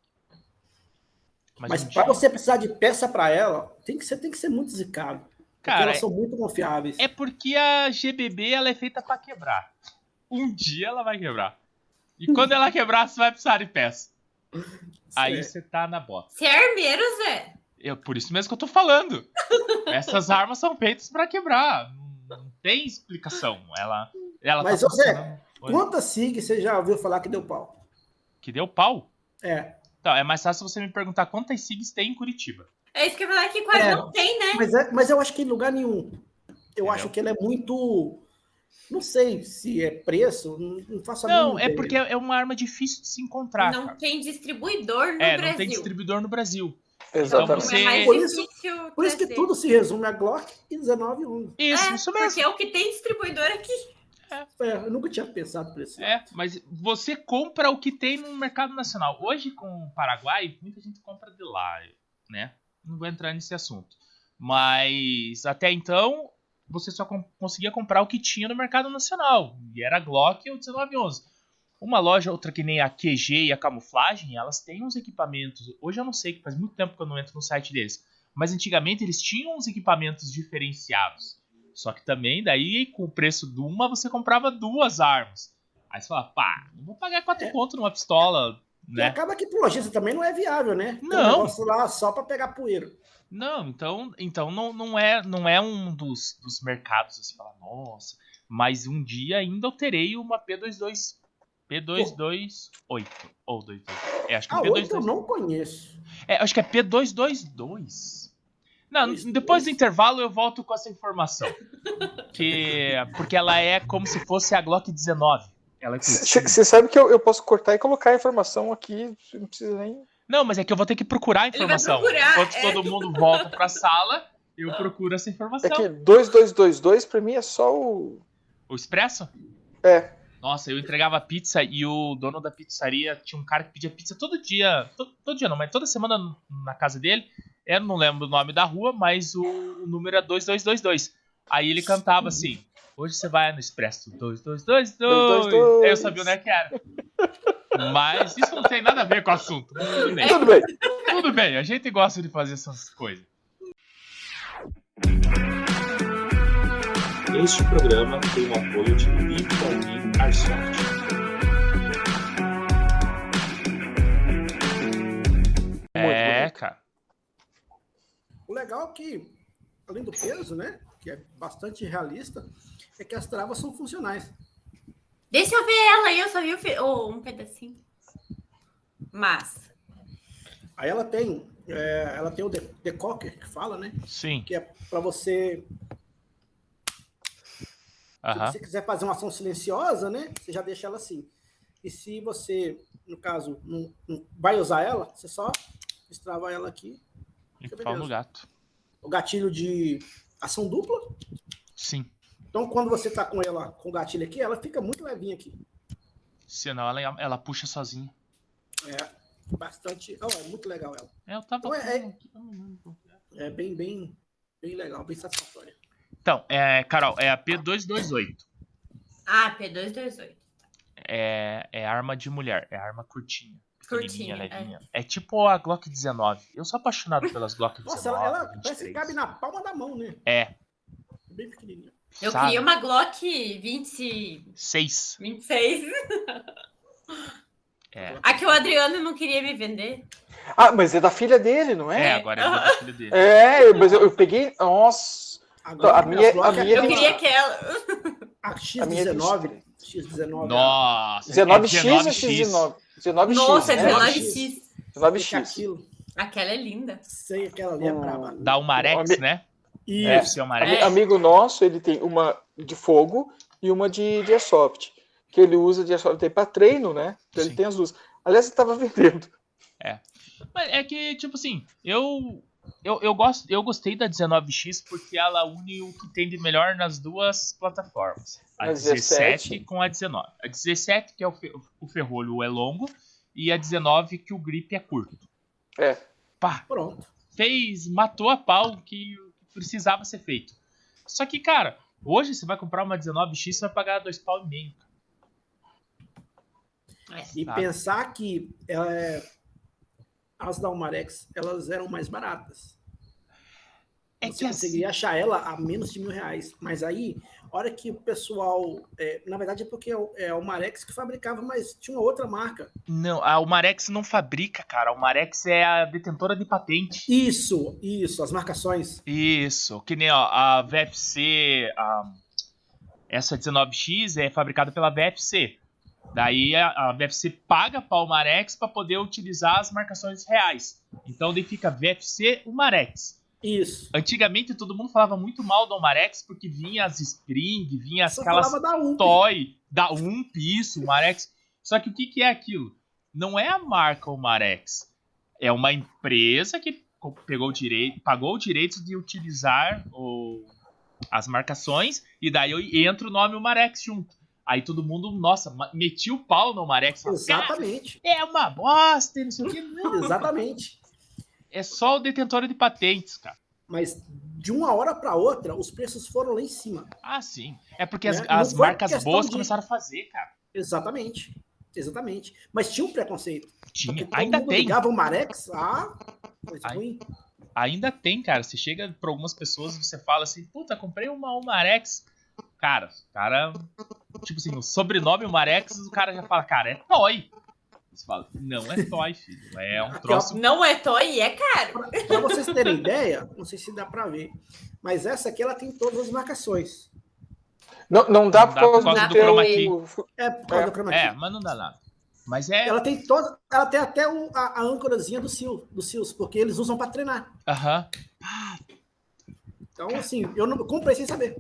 Mas
um dia-
para você precisar de peça para ela, tem que, você tem que ser muito zicado. Porque
cara,
elas são muito confiáveis.
é porque a GBB ela é feita pra quebrar. Um dia ela vai quebrar. E quando ela quebrar, você vai precisar de peça. Aí
É.
você tá na bota.
Você é armeiro, Zé?
Eu, por isso mesmo que eu tô falando.
<laughs>
Essas armas são feitas pra quebrar. Não, não tem explicação. Ela, ela
Mas,
tá
ô, Zé,
funcionando. Oi?
Quantas SIG você já ouviu falar que deu pau?
que deu pau.
É,
Então, é mais fácil você me perguntar quantas SIGs tem em Curitiba.
É isso que eu ia falar que quase
É.
não tem, né?
mas, é, mas eu acho que em lugar nenhum. Eu
Entendeu?
acho que ela é muito. Não sei se é preço, não, não faço a
Não,
mínima
é
ideia.
porque é uma arma difícil de se encontrar.
Não
cara.
tem distribuidor no
é,
Brasil.
não tem distribuidor no Brasil.
Então
Exatamente.
você-
é mais
Por isso-
difícil
Por
é,
isso que
trazer.
tudo se resume a Glock e 1911.
Isso,
É,
isso mesmo.
Porque é o que tem distribuidor aqui.
É, eu nunca tinha pensado por isso.
É, mas você compra o que tem no mercado nacional. Hoje, com o Paraguai, muita gente compra de lá, né? Não vou entrar nesse assunto. Mas até então, você só com- conseguia comprar o que tinha no mercado nacional. E era a Glock ou 1911. Uma loja, outra que nem a QG e a Camuflagem, elas têm uns equipamentos. Hoje eu não sei, que faz muito tempo que eu não entro no site deles. Mas antigamente eles tinham uns equipamentos diferenciados. Só que também, daí, com o preço de uma, você comprava duas armas. Aí você fala, pá, não vou pagar quatro
É.
conto numa pistola,
E
né?
acaba que pro lojista também não é viável, né? Tem um
Não.
negócio lá só para pegar poeira.
Não, então, então não, não é não é um dos, dos mercados assim, falar, nossa, mas um dia ainda eu terei uma P22 P228 ou 22. É, acho que é
A Ah, oito eu
P22.
não conheço.
É, acho que é P222. Não,
22.
depois do intervalo eu volto com essa informação. Que porque ela é como se fosse a Glock 19. Ela é curtinha.
Você sabe que eu, eu posso cortar e colocar a informação aqui, cê não precisa nem.
Não, mas é que eu vou ter que procurar a
vai
informação.
procurar,
Enquanto
é.
todo mundo volta pra sala, eu procuro essa
É
informação.
que 2222 pra mim é só o.
O Expresso?
É.
Nossa, eu entregava pizza e o dono da pizzaria tinha um cara que pedia pizza todo dia. to- Todo, dia não, mas toda semana n- na casa dele. Eu não lembro o nome da rua, mas o, o número é era 2222. Aí ele cantava assim: Hoje você vai no Expresso 2222. Aí eu sabia onde é que era. Mas isso não tem nada a ver com o assunto. mas Tudo bem,
Tudo bem.
tudo bem. A gente gosta de fazer essas coisas.
Este programa tem o apoio de Beat for Beat Airsoft.
É, cara.
O legal é que, além do peso, né? Que é bastante realista, é que as travas são funcionais.
Deixa eu ver ela aí, eu só vi o fi- oh, um pedacinho. Mas.
Aí ela tem, é, ela tem o de- decocker que fala, né?
Sim.
Que é para você,
Aham.
se você quiser fazer uma ação silenciosa, né? Você já deixa ela assim. E se você, no caso, não, não vai usar ela, você só destrava ela aqui.
E pau no gato.
O gatilho de ação dupla.
Sim.
Então, quando você tá com ela com o gatilho aqui, ela fica muito levinha aqui.
Senão ela, ela puxa sozinha.
É bastante. ó, é muito legal ela.
É, Eu tava.
Ué, é-
com- eu não lembro.
É bem, bem, bem legal, bem satisfatória.
Então, é, Carol, é a P228.
Ah, P228.
É, é arma de mulher, é arma curtinha. pequenininha,
Curtinha. é.
levinha. É. tipo a Glock 19. Eu sou apaixonado pelas Glock 19.
Nossa, ela, ela parece que
23.
cabe na palma da mão, né?
É,
Bem pequenininha.
Eu
sabe?
queria uma Glock 20,
6.
26.
É.
A que o Adriano não queria me vender.
Ah, mas é da filha dele, não
É,
é?
agora é do filho dele.
É, eu- mas eu, eu peguei. Nossa.
Agora,
Então, A minha-
as Glock
a
é
minha
Eu
aquela-
tem-
queria que ela.
A
A minha é
X19. X19.
Nossa, é
19X ou
19X.
X19? 19X.
Nossa, é
né?
19X.
19X.
Aquilo.
Aquela é linda.
Sei, aquela ali é
Hum.
braba.
Da Umarex,
Nome-
né?
Isso.
Deve ser Umarex.
Ami-
É.
Amigo nosso, ele tem uma de fogo e uma de, de airsoft. Que ele usa de airsoft tem pra treino, né? Então
Sim.
ele tem as duas. Aliás, ele tava vendendo.
Mas é que, tipo assim, eu. Eu, eu, gosto, eu gostei da 19X porque ela une o que tem de melhor nas duas plataformas. A
Na
17,
17.
com a 19. A 17, que é o, fe- o ferrolho é longo, e a 19, que o grip é curto.
É.
Pá,
Pronto.
fez, matou a pau que precisava ser feito. Só que, cara, hoje você vai comprar uma 19X, você vai pagar dois pau e meio.
E
Tá.
pensar que é, as da Almarex, elas eram mais baratas.
É
Você
que assim,
conseguiria achar ela a menos de mil reais. Mas aí, a hora que o pessoal. é, na verdade, é porque é o- é a Almarex que fabricava, mas tinha uma outra marca.
não, a Umarex não fabrica, cara. A Umarex é a detentora de patente.
Isso, isso, as marcações.
Isso, que nem ó, a VFC, a- essa 19X é fabricada pela VFC. Daí a, a VFC paga para o Marex para poder utilizar as marcações reais. Então daí fica VFC o Marex.
Isso.
Antigamente todo mundo falava muito mal do Marex porque vinha as Spring, vinha
Só
aquelas
falava da UP.
Toy, da Ump, isso, o Marex. Só que o que, que é aquilo? Não é a marca o Marex. É uma empresa que co- pegou o direito, pagou o direito de utilizar o- as marcações e daí eu- entra o nome o Marex junto. Aí todo mundo, nossa, ma- metia o pau no Marex. fala, "Cara,
Exatamente.
"Ah, É uma bosta, e não sei o que. Não,
Exatamente.
é só o detentor de patentes, cara.
Mas de uma hora para outra, os preços foram lá em cima.
Ah, sim. É porque
Né?
as,
Não
as
foi
marcas
questão
boas
de-
começaram a fazer, cara.
Exatamente. Exatamente. Mas tinha um preconceito.
Tinha.
Porque
Ainda
todo mundo
tem.
ligava o Marex, ah, coisa
Ai.
ruim.
Ainda tem, cara. Você chega pra algumas pessoas e você fala assim, puta, comprei uma Umarex. Cara, o cara. Tipo assim, o sobrenome Umarex, o cara já fala, cara, é toy. Você fala, não é toy, filho. É um troço.
Não é toy, é caro.
Para vocês terem ideia, não sei se dá para ver, mas essa aqui ela tem todas as marcações.
Não, não dá por causa,
causa do
do
chroma
termo.
É por causa
É.
da chroma key.
É, mas não dá nada. Mas é.
Ela tem toda, ela tem até o- a, a âncorazinha do Sil, dos Seals, porque eles usam para treinar.
Aham.
Então,
É.
assim, eu não eu comprei sem saber.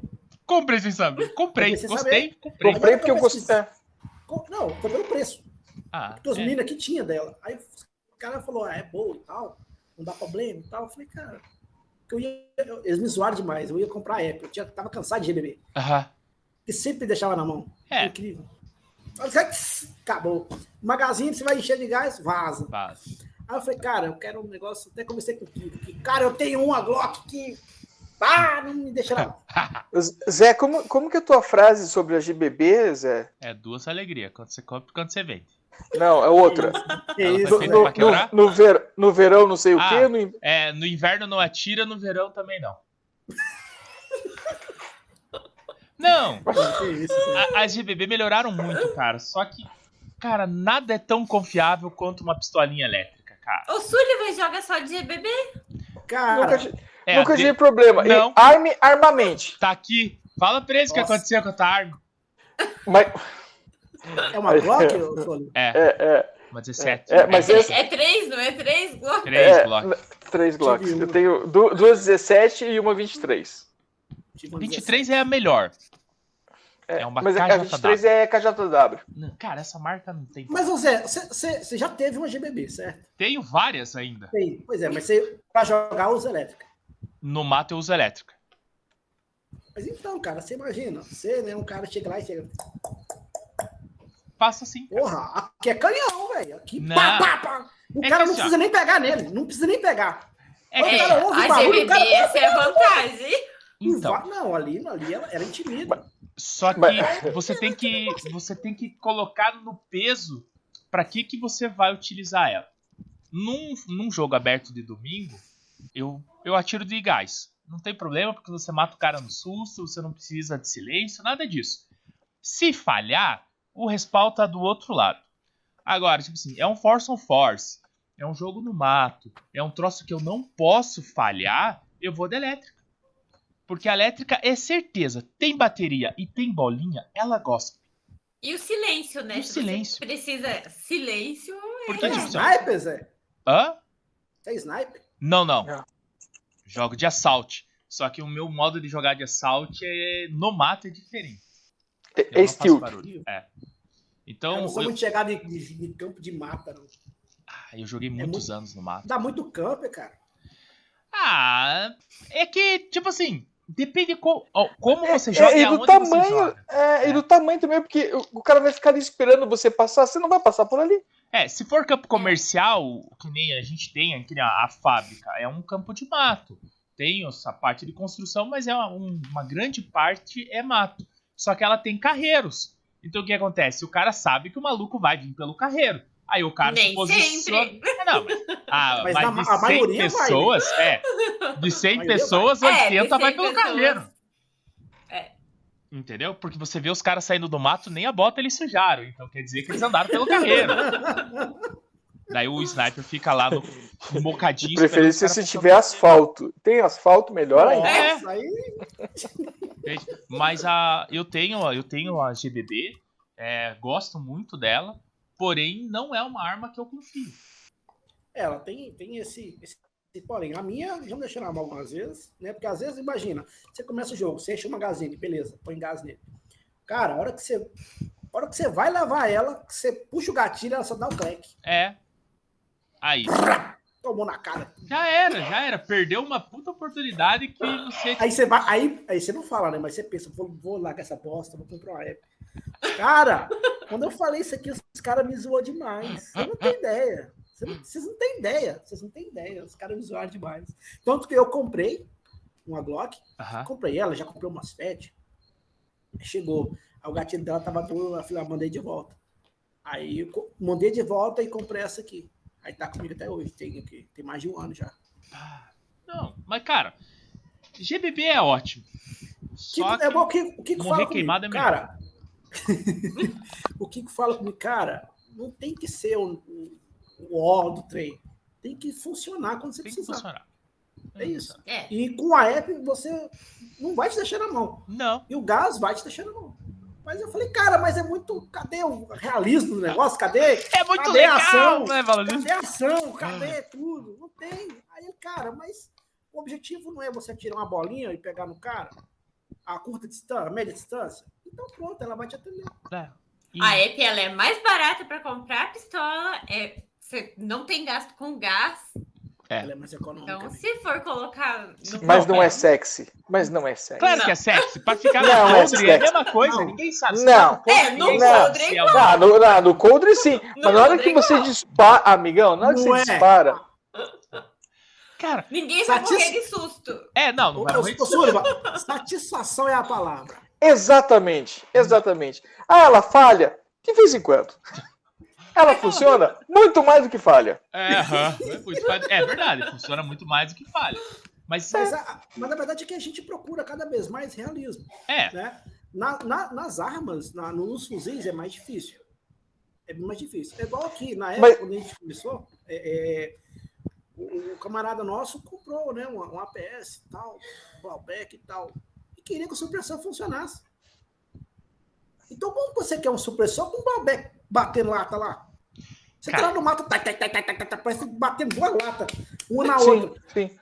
Comprei sem saber. Comprei.
Comprei sem
Gostei. Comprei.
Comprei porque eu gostei. é.
Com- Não, foi pelo preço.
Ah,
Porque os
é.
meninos aqui tinha dela. Aí o cara falou, ah, é boa e tal, não dá problema e tal. Eu falei, cara, que eu ia, eu- eles me zoaram demais, eu ia comprar a Apple, eu tinha, tava cansado de GBB.
Aham.
que sempre deixava na mão.
É.
Incrível. Acabou. Magazine, você vai encher de gás, vaza.
Tá.
Aí eu falei, cara, eu quero um negócio, até comecei contigo. Que, cara, eu tenho uma Glock que. Ah, não me deixa na mão.
Zé, como, como que é a tua frase sobre a GBB, Zé?
É duas alegrias. Quando você compra e quando você vende.
Não, é outra.
<laughs> Que
Ela tá
No,
isso,
Você
no,
vai quebrar?
no- no ver- no verão, não sei o
Ah.
quê. No, in-
É, no inverno não atira, no verão também não. Não,
velho? Que isso, velho?
a- as GBB melhoraram muito, cara. Só que, cara, nada é tão confiável quanto uma pistolinha elétrica, cara.
O Sullivan joga só de GBB?
nunca
Cara,
ti-
É,
nunca
de-
tive problema. E
Não.
arme armamente.
tá aqui. Fala pra eles o que
Nossa.
aconteceu com a tua arma.
Mas,
<laughs> é uma Glock, ô, Solio?
É,
é, é,
uma 17.
É, mas
é,
esse-
É três, não é três? Glock?
Três
é,
blocos.
três Glocks.
Tive
Eu
um.
tenho du- duas 17 e uma 23.
Tipo,
23 é a melhor. É, uma
Mas a- a
KJW.
23 é KJW.
Não, cara, essa marca não tem.
Mas, ô Zé, você- você você já teve uma GBB, certo?
Tenho várias ainda.
Tem. Pois é, mas você, pra jogar, usa elétrica.
No mato eu uso elétrica.
Mas então, cara, você imagina. Você, né, um cara chega lá e chega.
Faço assim.
Porra, aqui é canhão, velho. Aqui,
Não.
pá, pá, pá. O
É
cara
que assim,
não precisa nem pegar nele. Não precisa nem pegar.
É
Ô,
que,
cara, ouve o
a
barulho,
GBB,
o cara-
essa é a vantagem.
Não
então,
vai- Não, ali, ali ela, ela intimida.
Só que
Mas-
você tem que você tem que colocar no peso pra que que você vai utilizar ela. Num, num jogo aberto de domingo, eu eu atiro de gás. Não tem problema porque você mata o cara no susto, você não precisa de silêncio, nada disso. Se falhar, o respaldo tá do outro lado. Agora, tipo assim, é um force on force, é um jogo no mato, é um troço que eu não posso falhar, eu vou de elétrica. Porque a elétrica é certeza. Tem bateria e tem bolinha, ela gosta.
E o silêncio, né?
E o
Se você
silêncio.
Precisa. Silêncio.
Porque,
Tem
é
tipo, assim, ó,
sniper, Zé?
hã?
Tem sniper?
Não, não.
Não.
Jogo de assalto. Só que o meu modo de jogar de assalto é no mato é diferente.
Te-
Eu
É
não faço
Steel.
barulho. É.
Eu
Então,
não sou
eu,
muito chegado em, de- de campo de mata, não.
ah, eu
é
joguei muitos anos no mato.
Dá muito camper, cara.
Ah, é que, tipo assim, depende co- ó, como você
É,
joga e
e do
aonde você
tamanho.
joga.
É,
É.
e do tamanho também, porque o, o cara vai ficar ali esperando você passar, você não vai passar por ali.
É, se for campo comercial, que nem a gente tem aqui né, a, a fábrica, é um campo de mato. Tem essa parte de construção, mas é uma, um- uma grande parte é mato. Só que ela tem carreiros. Então o que acontece? O cara sabe que o maluco vai vir pelo carreiro. Aí o cara se
Nem
posiciona.
sempre.
É, não, mas, ah,
<laughs> Mas
mas
na-
de
a
100
maioria vai, né?
pessoas, é.
<laughs>
De 100
maioria
pessoas,
vai. É, de
80 vai
100
pelo
pessoas.
carreiro.
É.
Entendeu? Porque você vê os caras saindo do mato, nem a bota eles sujaram. Então quer dizer que eles andaram
<laughs>
pelo carreiro. Daí o sniper fica lá no no mocadinho.
De preferência
esperando
se
os caras
tiver asfalto. Tem asfalto, melhor ainda.
Nossa, aí.
passarem. Mas a, eu tenho eu tenho a GBB, é, gosto muito dela, porém não é uma arma que eu confio.
Ela tem, tem esse, esse. esse Porém, a minha já me deixou na mão algumas vezes, né? Porque às vezes, imagina, você começa o jogo, você enche o magazine, beleza, põe gás nele. Cara, a hora que você. A hora que você vai lavar ela, que você puxa o gatilho, ela só dá um crack.
É. Aí.
Tomou na cara.
Já era, já era. Perdeu uma puta oportunidade que você.
Aí você vai, aí, aí você não fala, né? Mas você pensa, vou, vou largar essa bosta, vou comprar uma Apple. Cara, quando eu falei isso aqui, os caras me zoou demais. Você não tem ideia. Você não- Vocês não, têm ideia. Vocês não têm ideia. Os caras me zoaram demais. Tanto que eu comprei, uma Glock.
Aham.
Comprei ela, já comprei umas FED. Chegou. Aí o gatilho dela tava duro, eu falei, ah, mandei de volta. Aí eu co- mandei de volta e comprei essa aqui. Aí tá comigo até hoje, tem aqui, tem mais de um ano já.
Não, mas cara, GBB é ótimo. Só
Kiko-
que
é igual o Kiko, o Kiko
morrer
fala comigo,
queimado é melhor.
cara. <laughs> o Kiko fala comigo, cara, não tem que ser o, o, o ó do trem. Tem que funcionar quando você
tem que
precisar.
funcionar.
É isso.
É.
E com a app você não vai te deixar na mão.
Não,
E o gás vai te deixar na mão. Mas eu falei, cara, mas é muito. Cadê o realismo do negócio? Cadê?
é muito
Cadê a
legal,
ação?
né, Valdir?
Cadê a ação? Cadê
Ah.
tudo? Não tem. Aí, ele, cara, mas o objetivo não é você tirar uma bolinha e pegar no cara a curta distância, a média distância. Então pronto, ela vai te atender.
É. E-
A EP ela é mais barata para comprar a pistola, é, você não tem gasto com gás,
É.
Ela é mais econômica.
então
né?
se for colocar. no-
Mas não
cara.
é sexy. Mas não é sexy.
Claro que é sexy. Pra ficar no
Não, é
podre é a
sexy.
mesma coisa,
Não.
ninguém sabe.
Não.
É, no
Ninguém
não.
sabe se é uma-
Ah, no, na- no coldre sim.
No
Mas na hora
coldre,
que você
não.
dispara, amigão, na hora que
Não
você
é.
dispara,
Cara,
Ninguém vai
Satis-
morrer de susto.
é, não, não
Ô,
vai
ô,
muito.
ô, Sullivan, satisfação é a palavra.
<laughs>
Exatamente, exatamente. Ah, ela falha? De vez em quando. Ela funciona muito mais do que falha.
É, aham. é verdade, funciona muito mais do que falha. Mas
Mas, a- mas na verdade é que a gente procura cada vez mais realismo.
é,
Né? Na- na- nas armas, na, nos fuzis é mais difícil. É mais difícil. É igual aqui, na época
Mas-
quando a gente começou, é- é, o, o camarada nosso comprou né, um, um APS e tal, Blaubeck e tal, e queria que o supressor funcionasse. Então como você quer um supressor com um Blaubeck batendo lata lá? Você tá
Cara.
lá no mato, tá, tá, tá, tá, tá, tá, tá, parece batendo duas latas, uma na outra.
Sim, sim.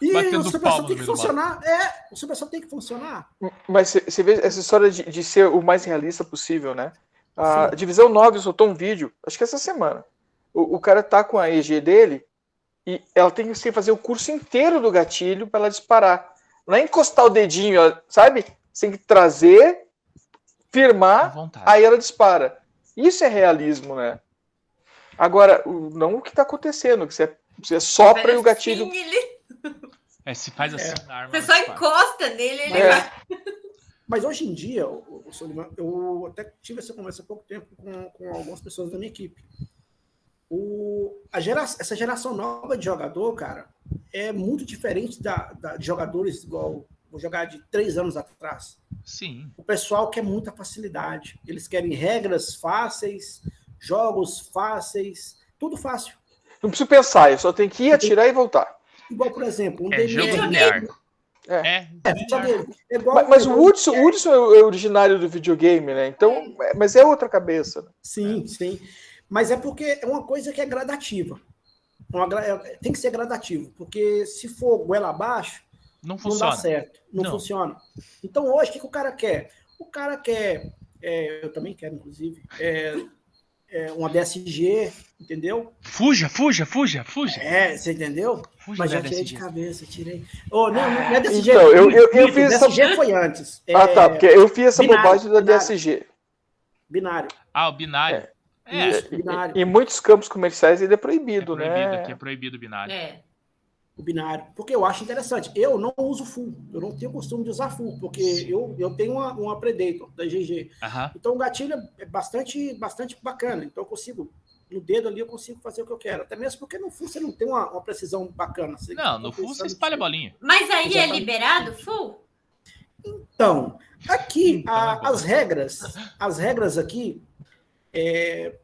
E
Batendo
o
palma no
supressor tem que
meio do
funcionar. É, o supressor tem que funcionar.
Mas você- você vê essa história de, de ser o mais realista possível, né? A Divisão 9 soltou um vídeo, acho que essa semana. O, o cara tá com a EG dele e ela tem que assim, fazer o curso inteiro do gatilho para ela disparar. Não é encostar o dedinho, ó, sabe? Você tem que trazer,
à
firmar
vontade.
Aí ela dispara. Isso é realismo, né? Agora, o- não o que tá acontecendo, que você, você sopra e o gatilho.
Assim, ele-
É, se faz assim na arma.
Você só
ela dispara.
encosta nele, ele
É.
vai.
Mas hoje em dia, o, o Soliman, eu até tive essa conversa há pouco tempo com, com algumas pessoas da minha equipe. O, a gera, essa geração nova de jogador, cara, é muito diferente da, da- de jogadores igual vou jogar de três anos atrás.
Sim.
O pessoal quer muita facilidade. Eles querem regras fáceis, jogos fáceis, tudo fácil.
Não preciso pensar, eu só tenho que ir atirar e voltar.
Igual, por exemplo, um
É
DD.
jogo linear.
videogame.
É.
É, videogame. É igual-
Mas, mas o Hudson, o Hudson é é originário do videogame, né? Então, é- mas é outra cabeça.
Sim, sim. Mas é porque é uma coisa que é gradativa. É uma gra- é- tem que ser gradativo, porque se for goela abaixo,
Não
não
funciona.
dá certo. Não,
Não.
funciona. Então hoje, o que, que o cara quer? O cara quer, é, eu também quero, inclusive, é, é, uma DSG, entendeu?
Fuja, fuja, fuja, fuja.
É, você entendeu?
Fuja
Mas já
da
tirei de
DSG.
cabeça, tirei. Oh, não, não é DSG.
então, eu- eu- eu
Mito,
fiz essa-
DSG foi antes.
Ah,
É,
tá, porque eu fiz essa
binário,
bobagem da
binário.
DSG.
Binário.
Ah, o binário. É, é,
Isso, binário.
Em muitos campos comerciais ele é proibido,
proibido,
né?
aqui é proibido o binário.
É.
o binário, porque eu acho interessante. Eu não uso full, eu não tenho costume de usar full, porque eu, eu tenho uma, uma Predator da GG.
Aham.
Então o gatilho é bastante, bastante bacana. Então eu consigo, no dedo ali, eu consigo fazer o que eu quero. Até mesmo porque no full você não tem uma, uma precisão bacana. Você
Não, no
fica
full você
pensando assim.
espalha a
que-
bolinha.
Mas aí é
Exatamente.
liberado full?
Então, aqui,
Então,
a-
é bom.
as regras, as regras aqui, é,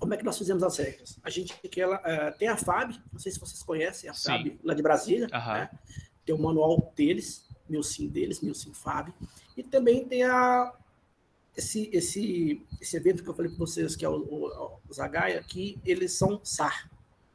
como é que nós fizemos as regras? A gente que ela, eh, tem a FAB, não sei se vocês conhecem, a
Sim.
FAB lá de Brasília,
Aham.
né? tem o manual deles, meu sim deles, meu sim FAB, e também tem a, esse, esse, esse evento que eu falei para vocês, que é o, o, o Zagaia, que eles são SAR.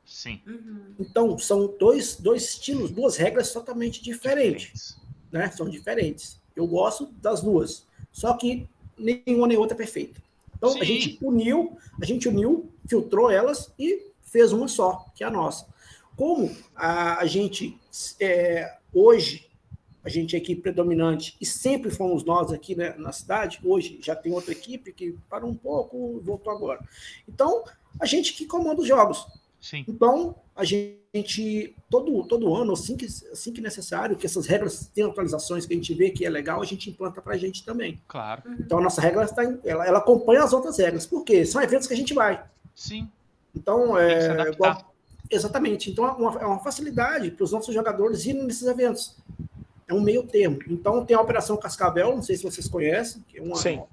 Sim.
Uhum.
Então, são dois, dois estilos, duas regras totalmente diferentes
Diferentes.
né? São diferentes. Eu gosto das duas. Só que nenhuma nem outra é perfeita. Então
Sim.
a gente uniu, a gente uniu, filtrou elas e fez uma só, que é a nossa. Como a, a gente é, hoje, a gente é a equipe predominante e sempre fomos nós aqui né, na cidade, hoje já tem outra equipe que parou um pouco, voltou agora. Então, a gente que comanda os jogos.
Sim.
Então, a gente todo, todo ano, assim que, assim que necessário, que essas regras tenham atualizações que a gente vê que é legal, a gente implanta para a gente também.
Claro.
Então a nossa regra está em- ela, ela acompanha as outras regras. Por quê? São eventos que a gente vai.
Sim.
Então,
Tem que se
é,
adaptar.
igual- exatamente. Então, é uma, é uma facilidade para os nossos jogadores irem nesses eventos. É um meio termo. Então, tem a Operação Cascavel, não sei se vocês conhecem, que é uma,
Sim.
uma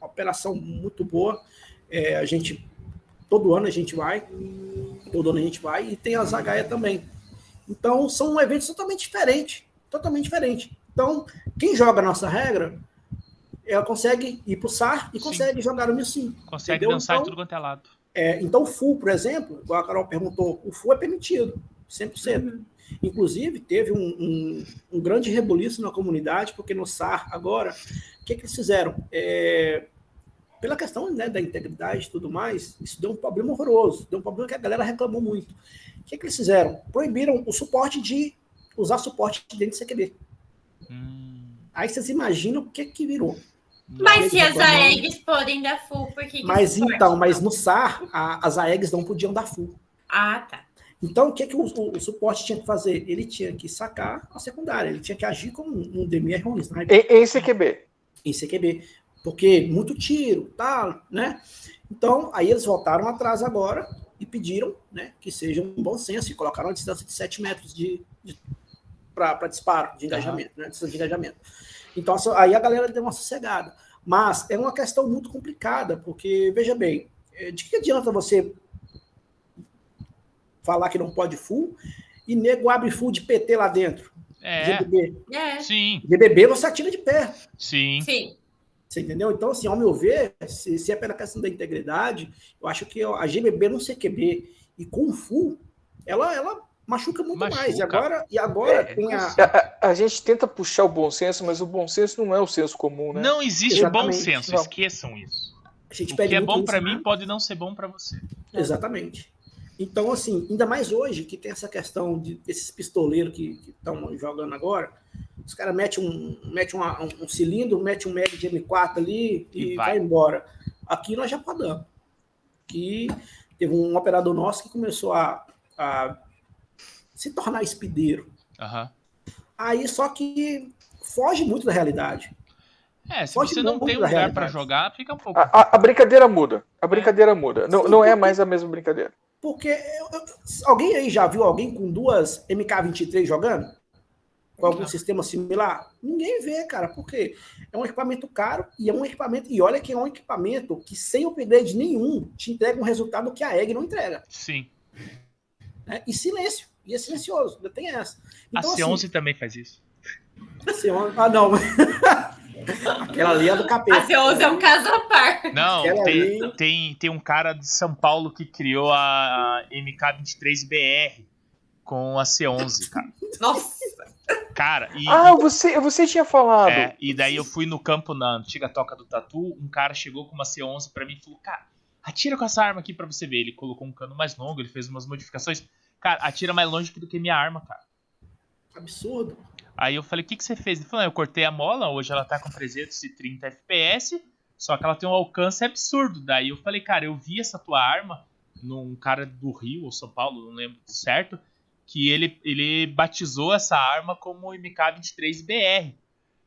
operação muito boa. É, a gente, todo ano a gente vai, todo ano a gente vai, e tem a Zagaia também. Então, são eventos totalmente diferentes, totalmente diferentes. Então, quem joga a nossa regra, ela consegue ir para o SAR e
Sim.
consegue jogar o Missim.
Consegue
Entendeu?
dançar em
Então-
tudo quanto é lado.
É, então, o full, por exemplo, igual a Carol perguntou, o full é permitido, 100%. Inclusive, teve um, um- um grande rebuliço na comunidade, porque no SAR, agora, o que, que eles fizeram? É, pela questão né, da integridade e tudo mais, isso deu um problema horroroso, deu um problema que a galera reclamou muito. O que, que eles fizeram? Proibiram o suporte de usar suporte dentro do CQB.
Hum,
Aí vocês imaginam o que, que virou.
Mas se
Gente,
as
não.
AEGs podem dar full, por que que
Mas
isso pode?
então, mas no SAR, a- as AEGs não podiam dar full.
Ah, tá.
Então, o que, que o, o- o suporte tinha que fazer? Ele tinha que sacar a secundária, ele tinha que agir como um, um DMR ou um sniper
Em, em CQB.
em CQB, porque muito tiro, tal, né? Então, aí eles voltaram atrás agora e pediram né, que seja um bom senso e colocaram uma distância de 7 metros de, para disparo, de engajamento, né? Distância de engajamento. Então, essa- aí a galera deu uma sossegada. Mas é uma questão muito complicada, porque, veja bem, eh, de que adianta você falar que não pode full e nego abre full de PT lá dentro?
É.
GBB.
É,
Sim,
GBB você atira de perto.
sim.
sim.
Você entendeu? Então, assim, ao meu ver, se, se é pela questão da integridade, eu acho que a GBB no CQB e com o Fu, ela, ela machuca muito
Machuca.
mais. E agora, e agora
É,
tem a.
A, a- a gente tenta puxar o bom senso, mas o bom senso não é o senso comum, né?
Não existe bom
Exatamente,
senso,
não.
esqueçam isso.
a gente
O
pede
que é
muito
bom
isso,
pra
né?
mim pode não ser bom pra você.
Exatamente. Então, assim, ainda mais hoje que tem essa questão de, desses pistoleiros que estão jogando agora. Os caras metem um, mete uma- um, um cilindro, mete um mag de M4 ali e,
E vai.
vai. embora. Aqui nós já podamos. Que teve um operador nosso que começou a, a se tornar espideiro.
Aham.
Aí só que foge muito da realidade.
É, se
Pode
você não
não
tem um
da
lugar pra
realidade.
jogar, fica um pouco.
A, a- a brincadeira muda. A brincadeira muda. Não,
Sim,
não é
porque-
mais a mesma brincadeira.
Porque eu- eu- alguém aí já viu alguém com duas MK23 jogando? Com algum
Não.
sistema similar? Ninguém vê, cara, porque é um equipamento caro e é um equipamento. E olha que é um equipamento que sem upgrade nenhum te entrega um resultado que a EG não entrega.
Sim.
né? E silêncio. E é silencioso, ainda tem essa.
A
Então, assim,
C11 também faz isso.
C11 Ah, não. <laughs> Aquela ali é do
A
capeta.
C11 é um caso à
<laughs>
par.
Não,
Aquela
tem,
ali-
tem, tem um cara de São Paulo que criou a MK23BR com a C11, cara.
Nossa.
Cara, e,
Ah, você, você tinha falado. <laughs>
é, e daí eu fui no campo na antiga Toca do Tatu, um cara chegou com uma C11 pra mim e falou, cara, atira com essa arma aqui pra você ver. Ele colocou um cano mais longo, ele fez umas modificações. Cara, atira mais longe do que minha arma, cara.
Absurdo.
Aí eu falei, o que, que você fez? Ele falou, "Ah, eu cortei a mola, hoje ela tá com 330 FPS, só que ela tem um alcance absurdo. Daí eu falei, cara, eu vi essa tua arma num cara do Rio ou São Paulo, não lembro certo, que ele, ele batizou essa arma como MK23BR.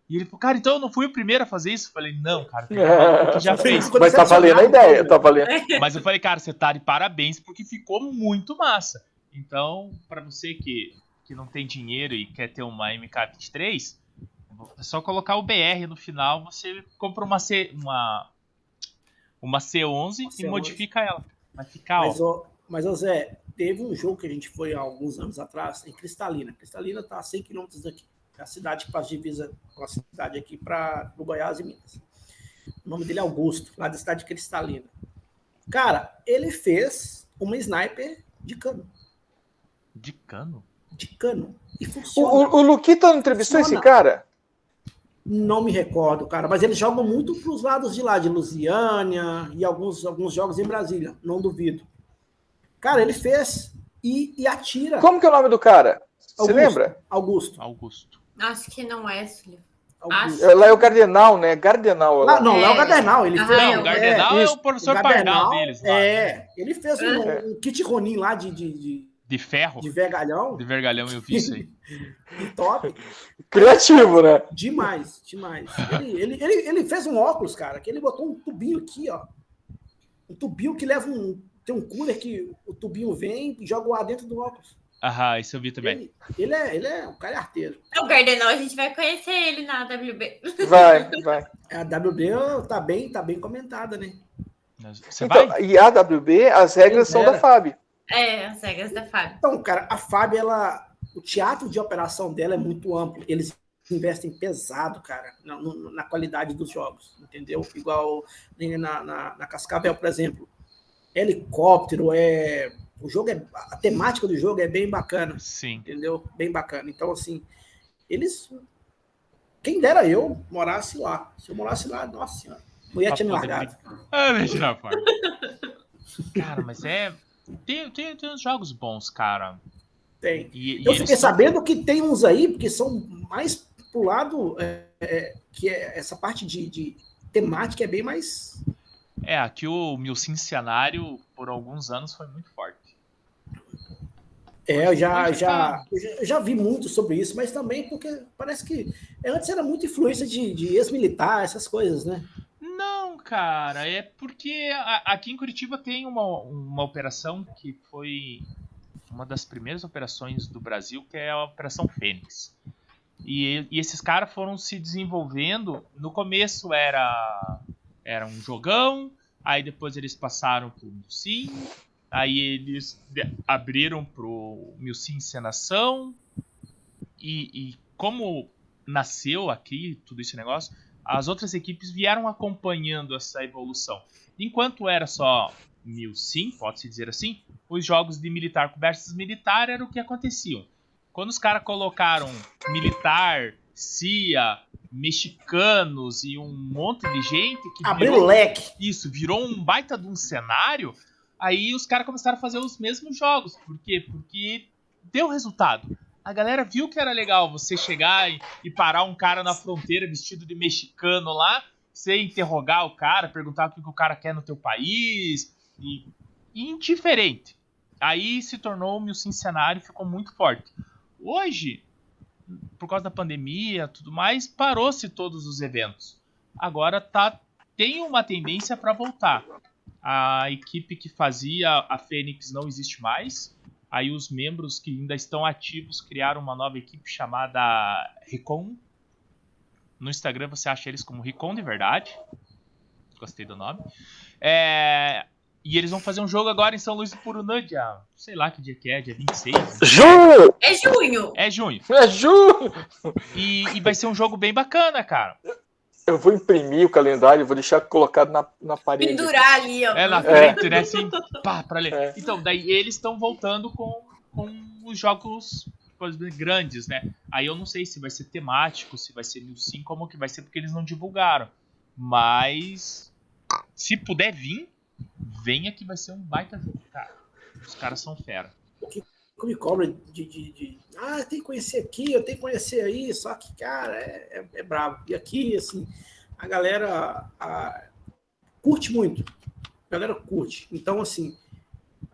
E ele falou, cara, então eu não fui o primeiro a fazer isso? Eu falei, não, cara,
<laughs>
tem um maluco que já fez.
Quando
Mas
você
tá
é
valendo a
acionado,
ideia, tá valendo.
Mas eu falei, cara, você tá de parabéns porque ficou muito massa. Então, pra você que, que não tem dinheiro e quer ter uma MK23, é só colocar o BR no final, você compra uma C, uma uma C11
Uma
e
C11.
modifica ela. Vai ficar, ó.
Mas, ó, mas, ó, Zé, teve um jogo que a gente foi há alguns anos atrás em Cristalina. Cristalina está a 100 quilômetros daqui. É a cidade que faz divisa com a cidade aqui para o Goiás e Minas. O nome dele é Augusto, lá da cidade de Cristalina. Cara, ele fez uma sniper de cano.
De cano?
De cano. E
O,
funciona.
o, o Luquita não entrevistou
Funciona.
esse cara?
Não me recordo, cara, mas eles jogam muito para os lados de lá, de Lusiânia e alguns, alguns jogos em Brasília, não duvido. Cara, ele fez e, e atira.
Como que é o nome do cara? Você
Augusto.
lembra?
Augusto.
Augusto.
Acho que não é, Sullivan.
Augusto.
É, Lá é o Gardenal, né? Gardenal. é lá.
Ah, não, é o
É.
Gardenal. Ele
Ah,
fez, um-
Não,
é,
o Gardenal é,
é,
o professor
Gardenal,
Pardal deles lá.
É, ele fez um,
É.
um kit Ronin lá de, de, de-
De ferro,
de vergalhão,
de vergalhão, eu vi
<laughs>
isso aí.
de top,
é Criativo, né?
demais, demais. Ele, ele, ele, ele fez um óculos, cara, que ele botou um tubinho aqui, ó. Um tubinho que leva um. Tem um cooler que o tubinho vem e joga o ar dentro do óculos.
Aham, isso eu vi também.
Ele, ele, é, ele é um cara arteiro.
O Então, Gardenal, a gente vai conhecer ele na WB.
Vai, vai.
A WB tá bem, tá bem comentada, né?
Você
então,
vai?
e a AWB, as regras
Quem
são
dera.
da FAB.
É, as regras da Fábio.
Então, cara, a Fábio, ela. O teatro de operação dela é muito amplo. Eles investem pesado, cara, na, no- na qualidade dos jogos, entendeu? Igual né, na, na, na Cascavel, por exemplo. Helicóptero é. O jogo é. A temática do jogo é bem bacana,
Sim.
entendeu? Bem bacana. Então, assim, eles. Quem dera eu morasse lá. Se eu morasse lá, nossa senhora. Mulher
Pra
tinha me
poder
largado.
Ah, deixa na parte. <laughs> Cara, mas é. Tem, tem, tem uns jogos bons, cara.
Tem.
E, e
Eu
eles
fiquei
são-
sabendo que tem uns aí, porque são mais pro lado é, é, que é essa parte de, de temática é bem mais.
É, aqui o Milcim Cenário, por alguns anos, foi muito forte.
É, eu já,
Pode
já, eu já, eu já vi muito sobre isso, mas também porque parece que antes era muito influência de, de ex-militar, essas coisas, né?
Não, cara, é porque a- aqui em Curitiba tem uma, uma operação que foi uma das primeiras operações do Brasil, que é a Operação Fênix. E, e esses caras foram se desenvolvendo. No começo era, era um jogão, aí depois eles passaram pro Milsim, aí eles de- abriram pro Milsim Encenação. E, e como nasceu aqui tudo esse negócio as outras equipes vieram acompanhando essa evolução. Enquanto era só mil sim, pode-se dizer assim, os jogos de militar com versus militar era o que aconteciam. Quando os caras colocaram militar, CIA, mexicanos e um monte de gente que
Abriu
virou-
o leque.
isso, virou um baita de um cenário, aí os caras começaram a fazer os mesmos jogos. Por quê? Porque deu resultado. A galera viu que era legal você chegar e, e parar um cara na fronteira vestido de mexicano lá, você interrogar o cara, perguntar o que, que o cara quer no teu país, e indiferente. Aí se tornou o meu cenário, ficou muito forte. Hoje, por causa da pandemia, tudo mais, parou-se todos os eventos. Agora tá tem uma tendência para voltar. A equipe que fazia a Fênix não existe mais. Aí os membros que ainda estão ativos criaram uma nova equipe chamada Recon. No Instagram você acha eles como Recon de verdade. Gostei do nome. É, E eles vão fazer um jogo agora em São Luís do Purunã, dia, sei lá que dia que é, dia 26.
Ju!
É junho.
É junho.
É Ju!
E, e vai ser um jogo bem bacana, cara.
Eu vou imprimir o calendário, vou deixar colocado na, na parede.
Pendurar ali, ó.
É na
É.
frente, né? Assim, pá, pra ler.
É.
Então, daí eles estão voltando com, com os jogos por exemplo, grandes, né? Aí eu não sei se vai ser temático, se vai ser New Sim, como que vai ser, porque eles não divulgaram. Mas se puder vir, venha que vai ser um baita jogo, cara. Os caras são fera.
que Me cobra de, de, de, Ah, tem que conhecer aqui, eu tenho que conhecer aí, só que, cara, é, é, é brabo. E aqui, assim, a galera a- curte muito. A galera curte. Então, assim,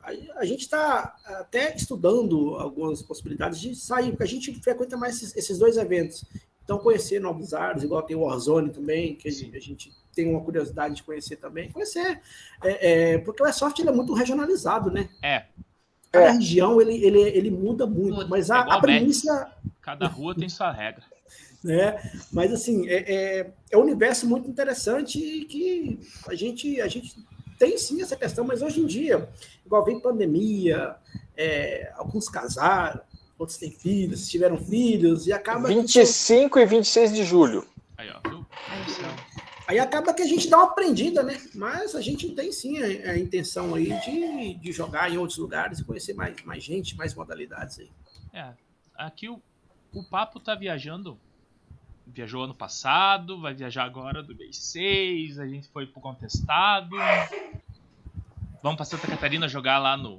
a, a gente está até estudando algumas possibilidades de sair, porque a gente frequenta mais esses, esses dois eventos. Então, conhecer novos áreas, igual tem o Warzone também, que a gente, a gente tem uma curiosidade de conhecer também. Conhecer, é, é, porque o Airsoft ele é muito regionalizado, né?
É,
Cada
É.
região ele, ele, ele muda muito,
Muda.
mas
É
a,
igual
a premissa,
cada rua tem sua regra.
né? Mas assim, é, é, é um universo muito interessante e que a gente, a gente tem sim essa questão, mas hoje em dia, igual vem pandemia, é, alguns casaram, outros têm filhos, tiveram filhos, e acaba. que isso-
25 e 26 de julho.
Aí, ó. viu?
aí acaba que a gente dá uma aprendida, né? Mas a gente tem sim a, a intenção aí de, de jogar em outros lugares e conhecer mais, mais gente, mais modalidades aí.
É, aqui o, o papo tá viajando. Viajou ano passado, vai viajar agora do mês 6, a gente foi pro contestado. Vamos pra Santa Catarina jogar lá no,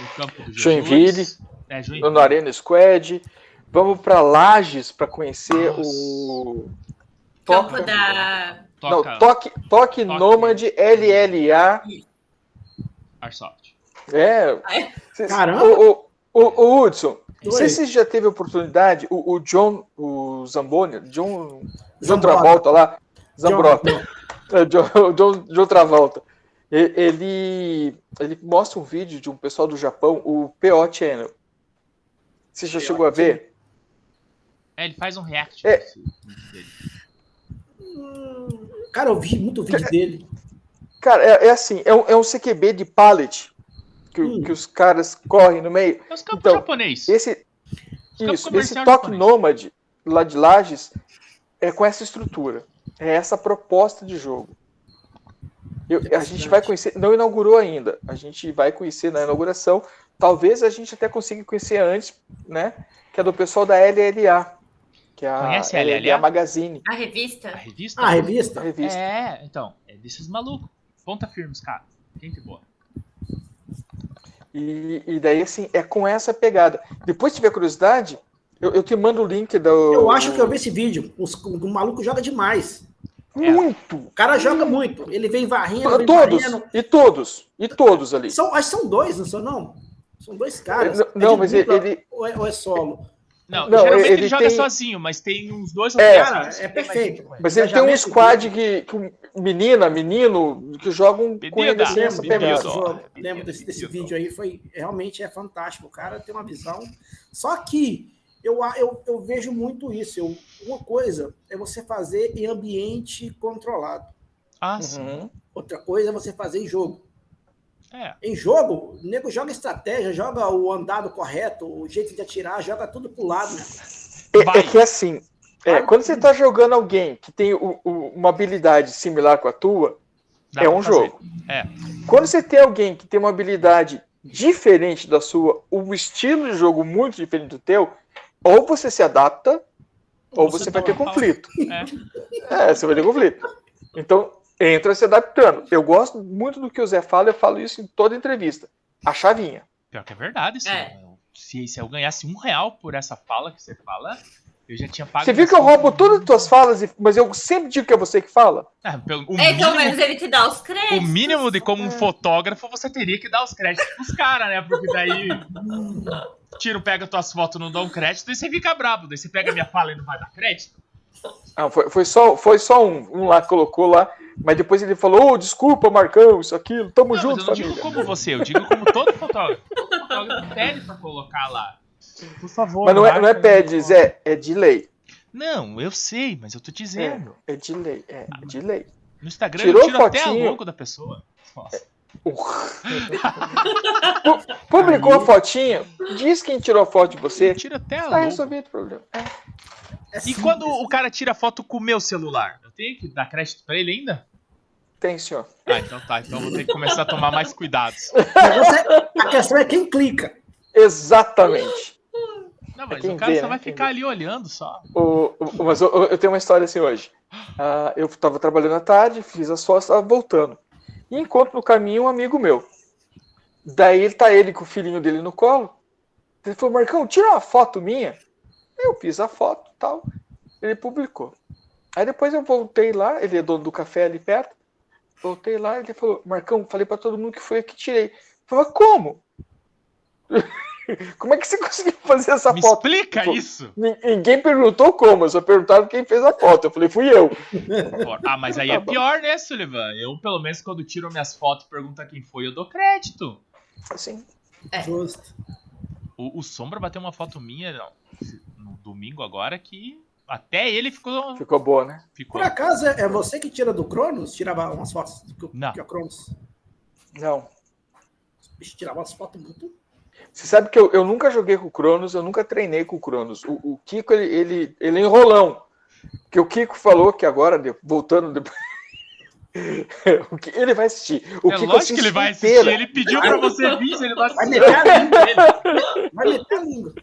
no campo do
Joinville.
É, Joinville.
No Arena Squad. Vamos pra Lages pra conhecer
Nossa.
o.
Campo da
Toca
Não, toque, toque Nômade LLA.
Arsoft.
É.
Ai.
Cês-
Caramba!
Ô, ô, É. O, o Hudson, não sei
Oi.
se você já teve oportunidade, o, o John, o Zamboni, John, John
Zambrota.
Travolta lá,
John-
Zambrota, É, John, <laughs> o John, John Travolta, E- ele, ele mostra um vídeo de um pessoal do Japão, o PO Channel. Você já
PO
chegou a ver?
É, ele faz um react.
É.
desse- dele.
Hum, Cara, eu vi muito vídeo dele.
Cara, é, é assim, é um, é um CQB de pallet, que, o-
Hum.
que os caras correm no meio.
É os campos
Então,
japonês.
Esse,
Campo
isso, esse
comercial é
toque
japonês.
nômade lá de Lages é com essa estrutura, é essa proposta de jogo. Eu- a gente vai conhecer, não inaugurou ainda, a gente vai conhecer na inauguração. Talvez a gente até consiga conhecer antes, né? Que é do pessoal da LLA, que é a
Conhece a
LLA,
LLA?
Magazine,
A
A
revista?
revista?
Ah, a revista?
a revista.
É, então. É desses malucos. Ponta firmes, cara. Gente boa.
E, e daí, assim, é com essa pegada. Depois, se tiver curiosidade, eu, eu te mando o link do.
Eu acho que eu vi esse vídeo. Os- o maluco joga demais.
Muito!
O cara joga muito. Ele vem varrendo, vem
Todos!
varrendo.
E todos! E todos ali.
São, acho que são dois, não são não? São dois caras.
Não,
É de
não, mas ele,
dupla
ele-
Ou, é, ou é solo?
Não,
Não,
geralmente ele,
ele
joga
tem-
sozinho, mas tem uns dois
É.
Cara, é perfeito.
mas ele tem um
Engajamento
squad que, que menina, menino, que jogam com ele
Menina,
assim, essa
menina.
Lembro,
pegada.
desse jogo, lembro desse, desse
Beleza.
vídeo aí, foi realmente é fantástico. O cara tem uma visão. Só que eu, a- eu, eu vejo muito isso. Eu- uma coisa é você fazer em ambiente controlado.
Ah, sim.
Uhum.
Outra coisa é você fazer em jogo.
É.
Em jogo, o nego joga estratégia, joga o andado correto, o jeito de atirar, joga tudo pro lado.
É,
Vai.
é que assim, é, quando você tá jogando alguém que tem o- o- uma habilidade similar com a tua,
dá
é
pra
um
fazer.
jogo. Quando você tem alguém que tem uma habilidade diferente da sua, um estilo de jogo muito diferente do teu, ou você se adapta, ou
Você
você, vai
toma
ter
pau.
conflito.
É.
É, você vai ter conflito. Então, entra se adaptando. Eu gosto muito do que o Zé fala, eu falo isso em toda entrevista. A chavinha.
Pior que é verdade, assim.
É.
eu- Se, se eu ganhasse um real por essa fala que você fala, eu já tinha pago.
Você viu que eu roubo todas as tuas falas, e- mas eu sempre digo que é você que fala?
Ah, pelo- o,
É, pelo menos
mínimo,
ele te dá os
o
créditos.
mínimo de como um
É.
fotógrafo, você teria que dar os créditos pros caras, né? Porque
<laughs>
daí. Tiro, pega tuas fotos, não dá um crédito, daí você fica brabo. Daí você pega minha fala e não vai dar crédito.
Ah, foi, foi só, foi só um, um lá que colocou lá, mas depois ele falou, ô, desculpa, Marcão, isso, aquilo,
Não,
tamo
mas
junto,
eu não digo
família.
como você, eu digo como todo fotógrafo. Todo fotógrafo pede pra colocar lá. Por favor.
Mas não é, não é
marca
pad,
meu-
Zé, é delay.
Não, eu sei, mas eu tô dizendo.
É delay, é, é delay.
No Instagram
Tirou
eu tiro até a
fotinho.
logo da pessoa. Nossa.
Uh. Pu- Publicou a fotinha, diz quem tirou a foto de você,
Tira até a
tá
logo.
resolvido o problema.
É
E
simples.
quando o cara tira foto com o meu celular, eu tenho que dar crédito pra ele ainda?
Tem, senhor.
Ah, então tá. Então eu vou ter que começar a tomar mais cuidados.
O negócio é- a questão é quem clica.
Exatamente.
Não, mas
Quem
o cara
vê,
só
né?
vai
Quem
ficar
vê.
ali olhando só.
O- o- mas eu, eu tenho uma história assim hoje. Ah, eu tava trabalhando à tarde, fiz as fotos, tava voltando. E encontro no caminho um amigo meu. Daí ele tá ele com o filhinho dele no colo. Ele falou, Marcão, tira uma foto minha. Eu fiz a foto tal. Ele publicou. Aí depois eu voltei lá, ele é dono do café ali perto. Voltei lá, ele falou, Marcão, falei pra todo mundo que foi eu que tirei. Eu falei, "Mas como? <laughs> como é que você <laughs> conseguiu fazer essa
Me
foto?
explica
Pô.
isso.
Ni- Ninguém perguntou como, só perguntaram quem fez a foto. Eu falei, fui eu.
Bora. Ah, mas aí
Tá
é
bom.
pior, né, Sullivan? Eu, pelo menos, quando tiro minhas fotos e pergunto quem foi, eu dou crédito.
Assim,
É.
Justo.
O, o Sombra bateu uma foto minha não, no domingo agora que até ele ficou.
ficou boa, né?
ficou
Por acaso é é você que tira do Cronos? Tirava umas fotos do que,
Não.
que o Cronos
Não.
bicho, tirava umas fotos muito.
Você sabe que eu, eu nunca joguei com o Cronos, eu nunca treinei com o Cronos. O, o Kiko, ele, ele, ele é enrolão. Que o Kiko falou que agora, de- voltando depois. <laughs> o Ki- ele vai assistir. O
é
Kiko
lógico que ele vai assistir.
inteira.
Ele pediu pra você vir, se ele
<laughs>
não
Vai
assistiu.
meter a
<laughs>
língua. né? Vai meter a língua.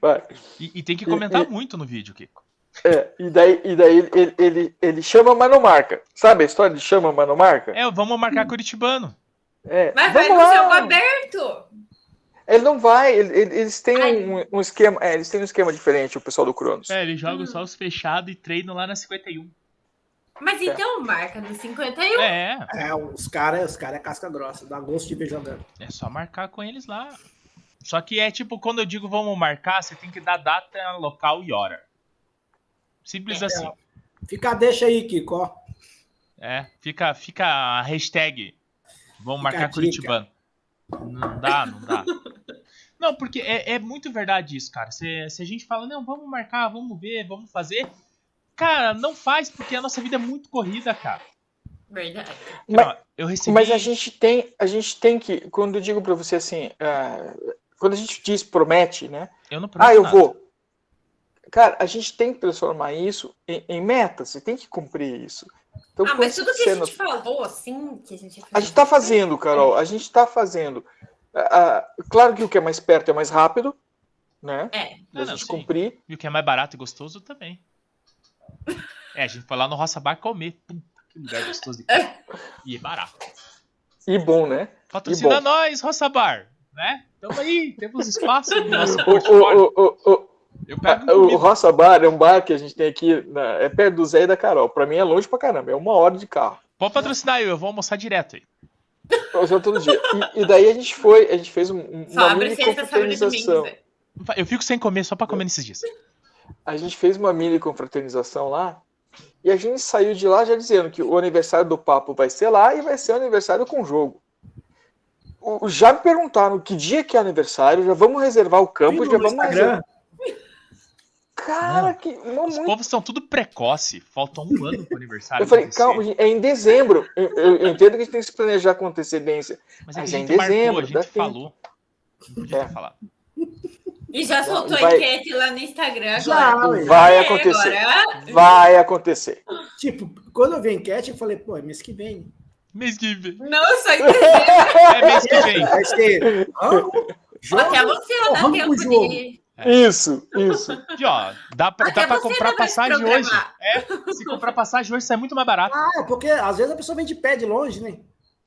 Vai.
E, e tem que comentar muito no vídeo, Kiko.
É, e daí, e daí ele, ele, ele, ele chama, mas não marca. Sabe a história de chama, mas não marca?
É, vamos marcar Curitibano.
É.
Mas vai
Vamos
no
lá.
jogo aberto.
Ele não vai, ele- ele- eles têm
Ai.
um, um esquema, é, eles têm um esquema diferente, o pessoal do Cronos.
É, eles jogam só os fechados e um. treinam lá na 51.
Mas então marca no 51.
É,
É, os caras os cara é casca grossa, dá gosto de ver jogando.
é só marcar com eles lá. Só que é tipo, quando eu digo vamos marcar, você tem que dar data, local e hora. Simples assim.
Fica, a deixa aí, Kiko. ó.
É, fica, fica a hashtag. Vamos
Fica a
marcar
dica.
Curitibano. Não dá, não <laughs> dá. Não, porque é, é muito verdade isso, cara. Se, se a gente fala, não, vamos marcar, vamos ver, vamos fazer. Cara, não faz, porque a nossa vida é muito corrida, cara.
Verdade.
Mas-
Ó, eu recebi.
Mas a gente tem, a gente tem que, quando eu digo pra você assim, ah, quando a gente diz promete, né?
Eu não prometo
Ah, eu
nada.
vou. Cara, a gente tem que transformar isso em, em meta, você tem que cumprir isso. Então,
ah,
quando
mas tudo que
você
a
não-
gente falou, assim, que a gente ia
A gente tá fazendo, Carol, a gente tá fazendo. Ah, ah, claro que o que é mais perto é mais rápido, né?
É.
Da
Ah, Não, não,
gente
sim.
cumprir.
E o que é mais barato e gostoso também. É, a gente foi lá no Roça Bar comer. Puta, que lugar gostoso de comer. E é barato.
E bom, né?
Patrocina
bom.
nós, Roça Bar, né? Tamo aí, temos espaço
<laughs>
no nosso
O,
portfólio.
o, o, o,
Eu pego
o, Ah, o
comida.
Roça Bar é um bar que a gente tem aqui, na- é perto do Zé e da Carol. Pra mim é longe pra caramba, é uma hora de carro.
Pode patrocinar eu, eu vou almoçar direto aí.
Fazer todo dia. E, e daí a gente foi, a gente fez um, um- uma
Fábio
mini
fez essa sábado e domingo.
confraternização.
velho.
Eu fico sem comer só pra comer nesses dias.
A gente fez uma mini confraternização lá. E a gente saiu de lá já dizendo que o aniversário do papo vai ser lá e vai ser o aniversário com jogo. O- Já me perguntaram que dia que é aniversário, já vamos reservar o
Vi
campo,
no
já vamos reservar.
Instagram.
Cara, que uma
Os
muito.
povos são tudo precoce. Falta um ano pro aniversário.
Eu falei,
acontecer.
calma, gente, é em dezembro. Eu, eu- eu entendo que a gente tem que se planejar com antecedência.
Mas é que
mas
a
é
gente
em
marcou,
dezembro,
a
dá
gente
tempo.
falou. Não podia
É.
ter falado.
E já
Não,
soltou
vai-
enquete lá no Instagram
Já,
agora.
ué.
Vai
É,
acontecer.
Agora,
Vai acontecer.
Tipo, quando eu vi a enquete, eu falei, pô, é mês que vem.
Mês que vem.
não
<laughs>
só em dezembro.
É mês que vem. é
Vai ser. Ah, jogo.
Até você ó, dá
Vamos
tempo
pro jogo.
de.
É.
Isso, isso.
E, ó, dá
tá
pra,
Até
dá pra
você
comprar
não vai se
passagem hoje.
programar.
É, se comprar passagem hoje, sai muito mais barato.
Ah, porque às vezes a pessoa vem de pé de longe, né?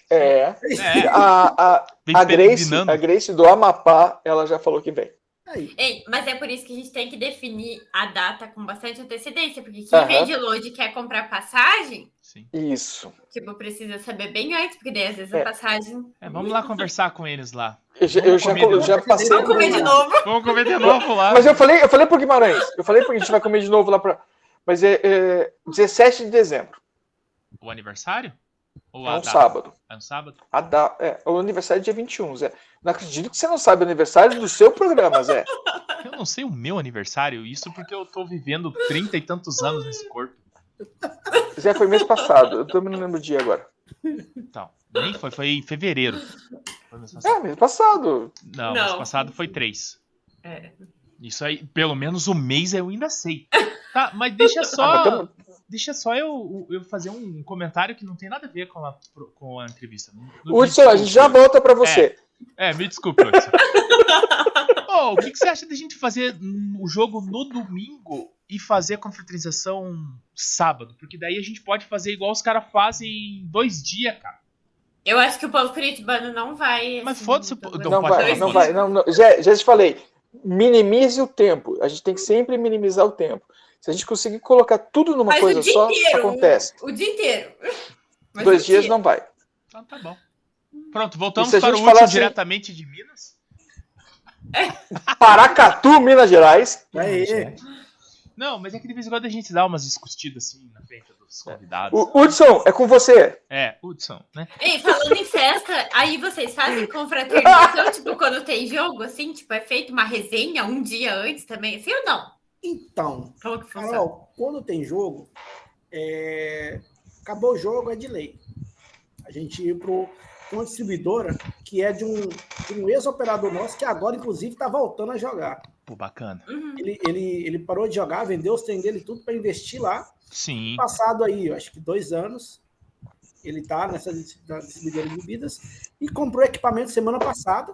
É.
É,
A, a,
vem pe-
a, Grace, tá-
empinando.
a Grace do Amapá, ela já falou que vem.
Aí.
Ei, mas é por isso que a gente tem que definir a data com bastante antecedência, porque quem
Aham.
vem de longe e quer comprar passagem,
Sim.
Isso.
tipo, precisa saber bem antes, porque daí às vezes
É.
a passagem.
É, vamos lá conversar com eles lá.
Eu, já-
Vamos
eu já,
comer de
eu
novo.
já passei.
Vamos comer de novo.
Vamos comer de novo lá.
Mas eu falei, eu falei pro Guimarães. Eu falei porque a gente vai comer de novo lá pra. Mas é, é 17 de dezembro.
O aniversário? Ou
É
a
um
data?
sábado.
É um sábado?
A da, é, o aniversário é dia 21, Zé. Não acredito que você não sabe o aniversário do seu programa, Zé.
Eu não sei o meu aniversário, isso porque eu tô vivendo trinta e tantos anos nesse corpo.
Zé foi mês passado. Eu também não lembro o dia agora.
Então, nem foi, foi em fevereiro. Foi mês passado.
É, mês passado.
Não,
Não.
mês passado foi três.
É.
Isso aí, pelo menos o mês eu ainda sei. Tá, mas deixa
Ah, mas
só,
tamo-
deixa só eu, eu fazer um comentário que não tem nada a ver com a, com a entrevista. Me- me
Hudson, a gente já
desculpa.
volta pra você.
um. É, me desculpa, Hudson. <laughs> Ô, o que, que você acha da gente fazer hum, o jogo no domingo e fazer a confraternização sábado? Porque daí a gente pode fazer igual os caras fazem em dois dias, cara.
Eu acho que o povo curitibano não vai.
Mas
assim,
foda-se o
pelo
po-
menos
Não
Não
pode
vai,
fazer
não
isso.
vai. Não, não. Zé, já te falei. Minimize o tempo. A gente tem que sempre minimizar o tempo. Se a gente conseguir colocar tudo numa
Mas
coisa
o dia
só,
inteiro.
acontece.
O dia inteiro. <laughs> Mas
Dois
o
dias
dia-
não vai.
Então tá bom. Pronto, voltamos
E se a
para o
gente
Hudson
falar assim-
diretamente de Minas.
Paracatu, Minas Gerais.
Aí.
Não, mas é que de vez em quando a gente dá umas discutidas assim na frente dos convidados.
É. O Hudson, é com você.
É, Hudson, né?
Ei, falando em festa, aí vocês fazem
<laughs>
confraternização, tipo, quando tem jogo, assim, tipo, é feito uma resenha um dia antes também, assim ou não?
Então,
Como que funciona?
Carol, quando tem jogo, é, acabou o jogo, é de lei. A gente ir pro pra uma distribuidora que é de um, de um ex-operador nosso que agora, inclusive, está voltando a jogar.
Pô, bacana.
Uhum.
Ele, ele, ele parou de jogar, vendeu os trem dele tudo para investir lá.
Sim.
Passado aí, eu acho que dois anos, ele está nessa dis- na distribuidora de bebidas e comprou equipamento semana passada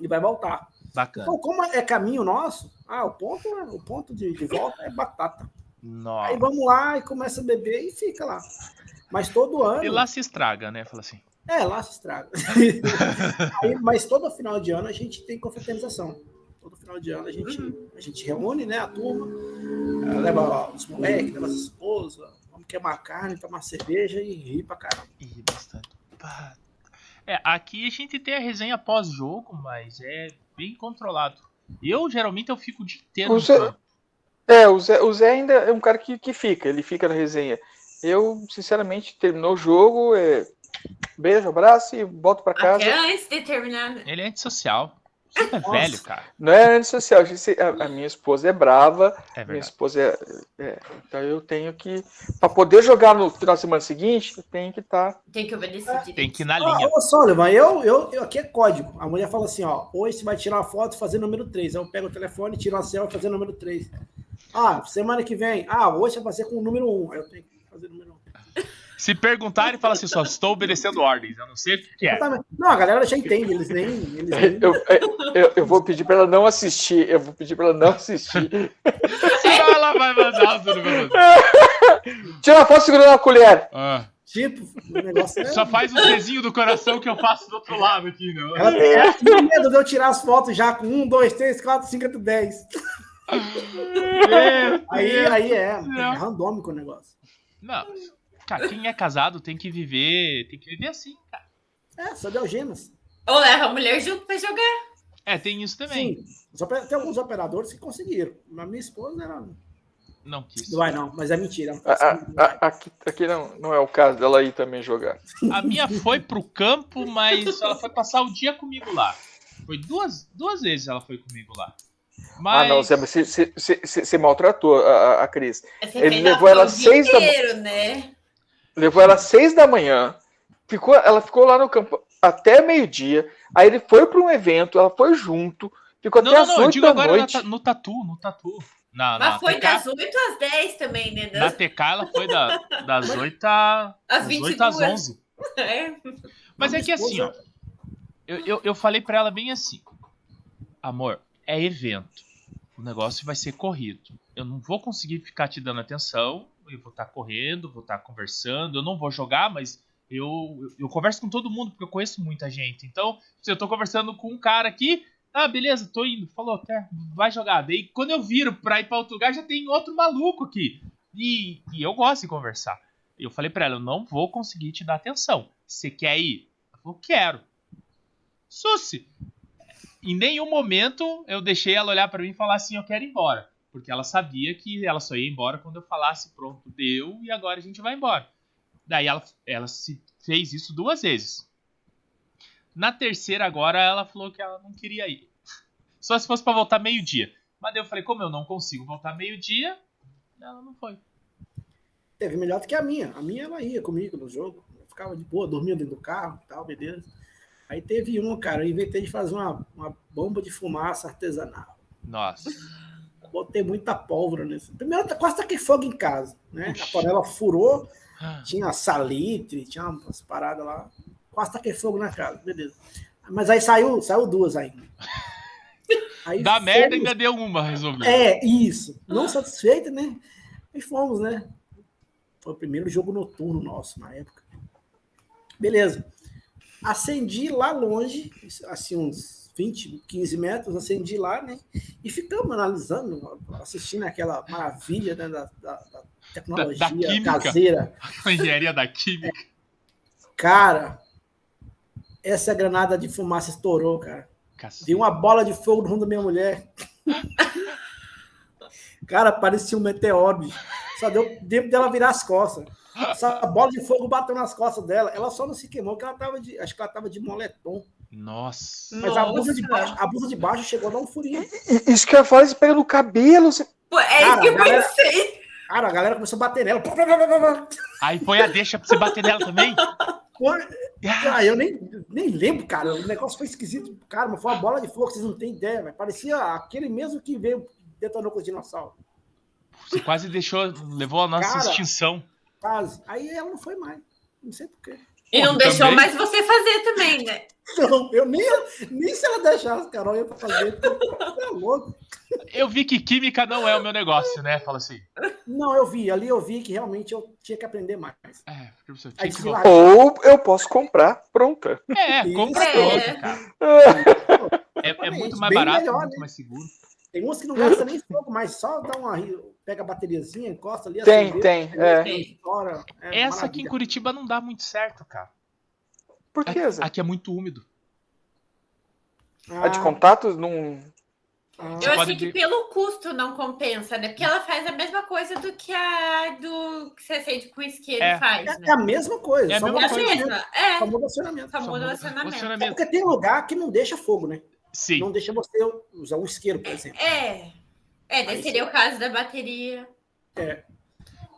e vai voltar.
Bacana.
Então, como é caminho nosso, ah, o ponto, é- o ponto de, de volta é batata. Aí
Nossa.
vamos lá e começa a beber e fica lá. Mas todo ano.
E lá se estraga, né? Fala assim.
É, lá se estraga. <laughs> Aí, mas todo final de ano a gente tem confraternização. Todo final de ano a gente,
Uhum.
a gente reúne, né, a turma, eh, leva os moleques, leva as esposas, vamos queimar carne, tomar cerveja e rir pra caramba.
Ih, bastante. Pá. É, aqui a gente tem a resenha pós-jogo, mas é bem controlado. Eu, geralmente, eu fico o dia inteiro.
O
no
Zé-
campo.
É, o Zé, o Zé ainda é um cara que, que fica, ele fica na resenha. Eu, sinceramente, terminou o jogo, é, beijo, abraço e volto pra casa.
Até antes de terminar. né?
Ele é antissocial. Você tá
Nossa.
velho, cara.
Não é antissocial, gente, a, a minha esposa é brava,
É
minha
verdade.
esposa é, é, Então eu tenho que. Pra poder jogar no final de semana seguinte, eu tenho que tá, estar.
Tem que obedecer direito.
Tem que ir na
Ah, <laughs>
linha.
ô, Sullivan, eu, eu, eu- aqui é código. A mulher fala assim: ó, hoje você vai tirar uma foto fazendo número 3. Eu pego o telefone, tiro uma selfie fazendo número 3. Ah, semana que vem. Ah, hoje vai ser com o número 1. Aí eu tenho que fazer o número 1.
Se perguntarem, fala assim: só estou obedecendo ordens. Eu não sei o que
<laughs>
que é.
Tá, Não, a galera já entende, eles nem.
<laughs>
Eles nem...
Eu, é, eu, eu vou pedir pra ela não assistir. Eu vou pedir pra ela não assistir.
Senão ela vai mandar os números.
Tira a foto segurando a colher.
Ah.
Tipo, o negócio é.
Só faz um pezinho do coração que eu faço do outro lado aqui, né?
Ela tem, ela tem medo de eu tirar as fotos já com 1, 2, 3, 4, 5, 8, 10.
Meu
Aí,
Deus.
aí é, é randômico o negócio.
Não, mas, cara, quem é casado tem que viver, tem que viver assim, cara.
É, só de algemas.
Ou leva a mulher junto pra jogar.
É, tem isso também.
Sim, os oper- tem alguns operadores que conseguiram. Mas minha esposa era. Não
Não quis.
vai, não, mas é mentira.
Ah,
A- a- a- aqui aqui não, não é o caso dela ir também jogar.
A minha foi pro campo, mas ela foi passar o dia comigo lá. Foi duas, duas vezes ela foi comigo lá. Mas
Ah, não, Zé, mas você, você, você- você maltratou a, a- a Cris.
Você
Ele
fez
levou ela
o dia
seis da-
inteiro, né?
Levou ela às seis da manhã, ficou, ela ficou lá no campo até meio-dia, aí ele foi para um evento, ela foi junto, ficou
não,
até
não,
às
não, eu
oito
digo
da
agora tá na
noite.
ta- no tatu, no tatu. Na, na
Mas foi
TK,
das 8 às 10 também, né?
na
Das...
TK ela foi da- das 8 a-
Às
das 8 às
22.
11.
<laughs> É.
Mas
Minha
é que assim, ó.
esposa-
Eu, eu, eu falei pra ela bem assim: Amor, é evento. O negócio vai ser corrido. Eu não vou conseguir ficar te dando atenção. Eu vou estar correndo, vou estar conversando. Eu não vou jogar, mas eu, eu, eu converso com todo mundo, porque eu conheço muita gente. Então, se eu tô conversando com um cara aqui. Ah, beleza, tô indo. Falou, tá, vai jogar. Daí, quando eu viro pra ir pra outro lugar, já tem outro maluco aqui. E, e eu gosto de conversar. Eu falei pra ela, eu não vou conseguir te dar atenção. Você quer ir? Ela falou, quero. Sussi. Em nenhum momento eu deixei ela olhar pra mim e falar assim, eu quero ir embora. Porque ela sabia que ela só ia embora quando eu falasse, pronto, deu, e agora a gente vai embora. Daí ela, ela se fez isso duas vezes. Na terceira agora ela falou que ela não queria ir. Só se fosse pra voltar meio-dia. Mas daí eu falei, como eu não consigo voltar meio-dia, ela não foi.
Teve melhor do que a minha. A minha ela ia comigo no jogo. Eu ficava de boa, dormia dentro do carro e tal, beleza. Aí teve um, cara, eu inventei de fazer uma, uma bomba de fumaça artesanal.
Nossa.
Botei muita pólvora nesse. Primeiro, tá- quase taquei fogo em casa, né? A panela furou, tinha salitre, tinha umas paradas lá. Quase taquei fogo na casa, beleza. Mas aí saiu, saiu duas ainda. Aí
Da merda
fomos-
ainda deu uma resolvida.
É, isso. Não satisfeito, né? E fomos, né? Foi o primeiro jogo noturno nosso na época. Beleza. Acendi lá longe, assim, uns 20, 15 metros, acendi lá, né? E ficamos analisando, assistindo aquela maravilha né, da, da- da
Da-
tecnologia
da química.
caseira.
<laughs> Engenharia da química.
Cara, essa granada de fumaça estourou, cara. Vi
Cacete.
uma bola de fogo no rumo da minha mulher. Cara, parecia um meteoro. bicho. Só deu tempo dela virar as costas. Essa bola de fogo bateu nas costas dela. Ela só não se queimou, que ela tava de. Acho que ela tava de moletom.
Nossa.
Mas a blusa,
Nossa.
de baixo, a blusa de baixo chegou a dar um furinho.
E- Isso que eu falo, você pega no cabelo. Você...
Pô, é
Cara,
isso que eu
galera-
pensei.
Cara, a galera começou a bater nela. Pá, pá, pá, pá, pá.
Aí foi a deixa pra você bater nela também?
Pô, Ah, eu nem, nem lembro, cara. O negócio foi esquisito. Cara, mas foi uma bola de fogo, vocês não têm ideia. velho. Parecia aquele mesmo que veio detonou com os dinossauros.
Você quase deixou, levou a nossa
Cara.
extinção.
Quase. Aí ela não foi mais. Não sei porquê.
E não
Porra,
deixou
também.
mais você fazer também, né?
Não, eu nem, nem se ela deixasse, Carol, eu ia fazer. porque Você é louco.
Eu vi que química não é o meu negócio, né? Fala assim.
Não, eu vi, ali eu vi que realmente eu tinha que aprender mais.
É, porque você
Aí
tinha que
se
voltar.
largou.
Ou eu posso comprar pronta.
É,
Isso.
compra
É.
pronto, cara.
Ah,
É, é
Exatamente,
muito mais
bem
barato,
melhor,
muito
né?
mais seguro.
Tem uns que não gastam nem fogo, mas só dá uma. Pega a bateriazinha, encosta ali.
Tem,
acendeu,
tem. É.
Tem.
estoura, é
Essa aqui em
maravilha.
Curitiba não dá muito certo, cara.
Por que, Zé?
Aqui é muito úmido.
A de contatos não.
ah,
Você
Eu
pode
achei que
ver.
pelo custo não compensa, né? Porque ela faz a mesma coisa do que a do que você acende com isqueiro
É.
faz,
é
né?
a mesma coisa.
É a
só
mesma
muda
É a
o acionamento,
mesma, é.
Só muda o acionamento.
Só muda o acionamento.
É
acionamento.
porque tem lugar que não deixa fogo, né?
Sim.
Não deixa você usar um isqueiro, por exemplo.
É. É, daí
Aí
seria o caso da bateria.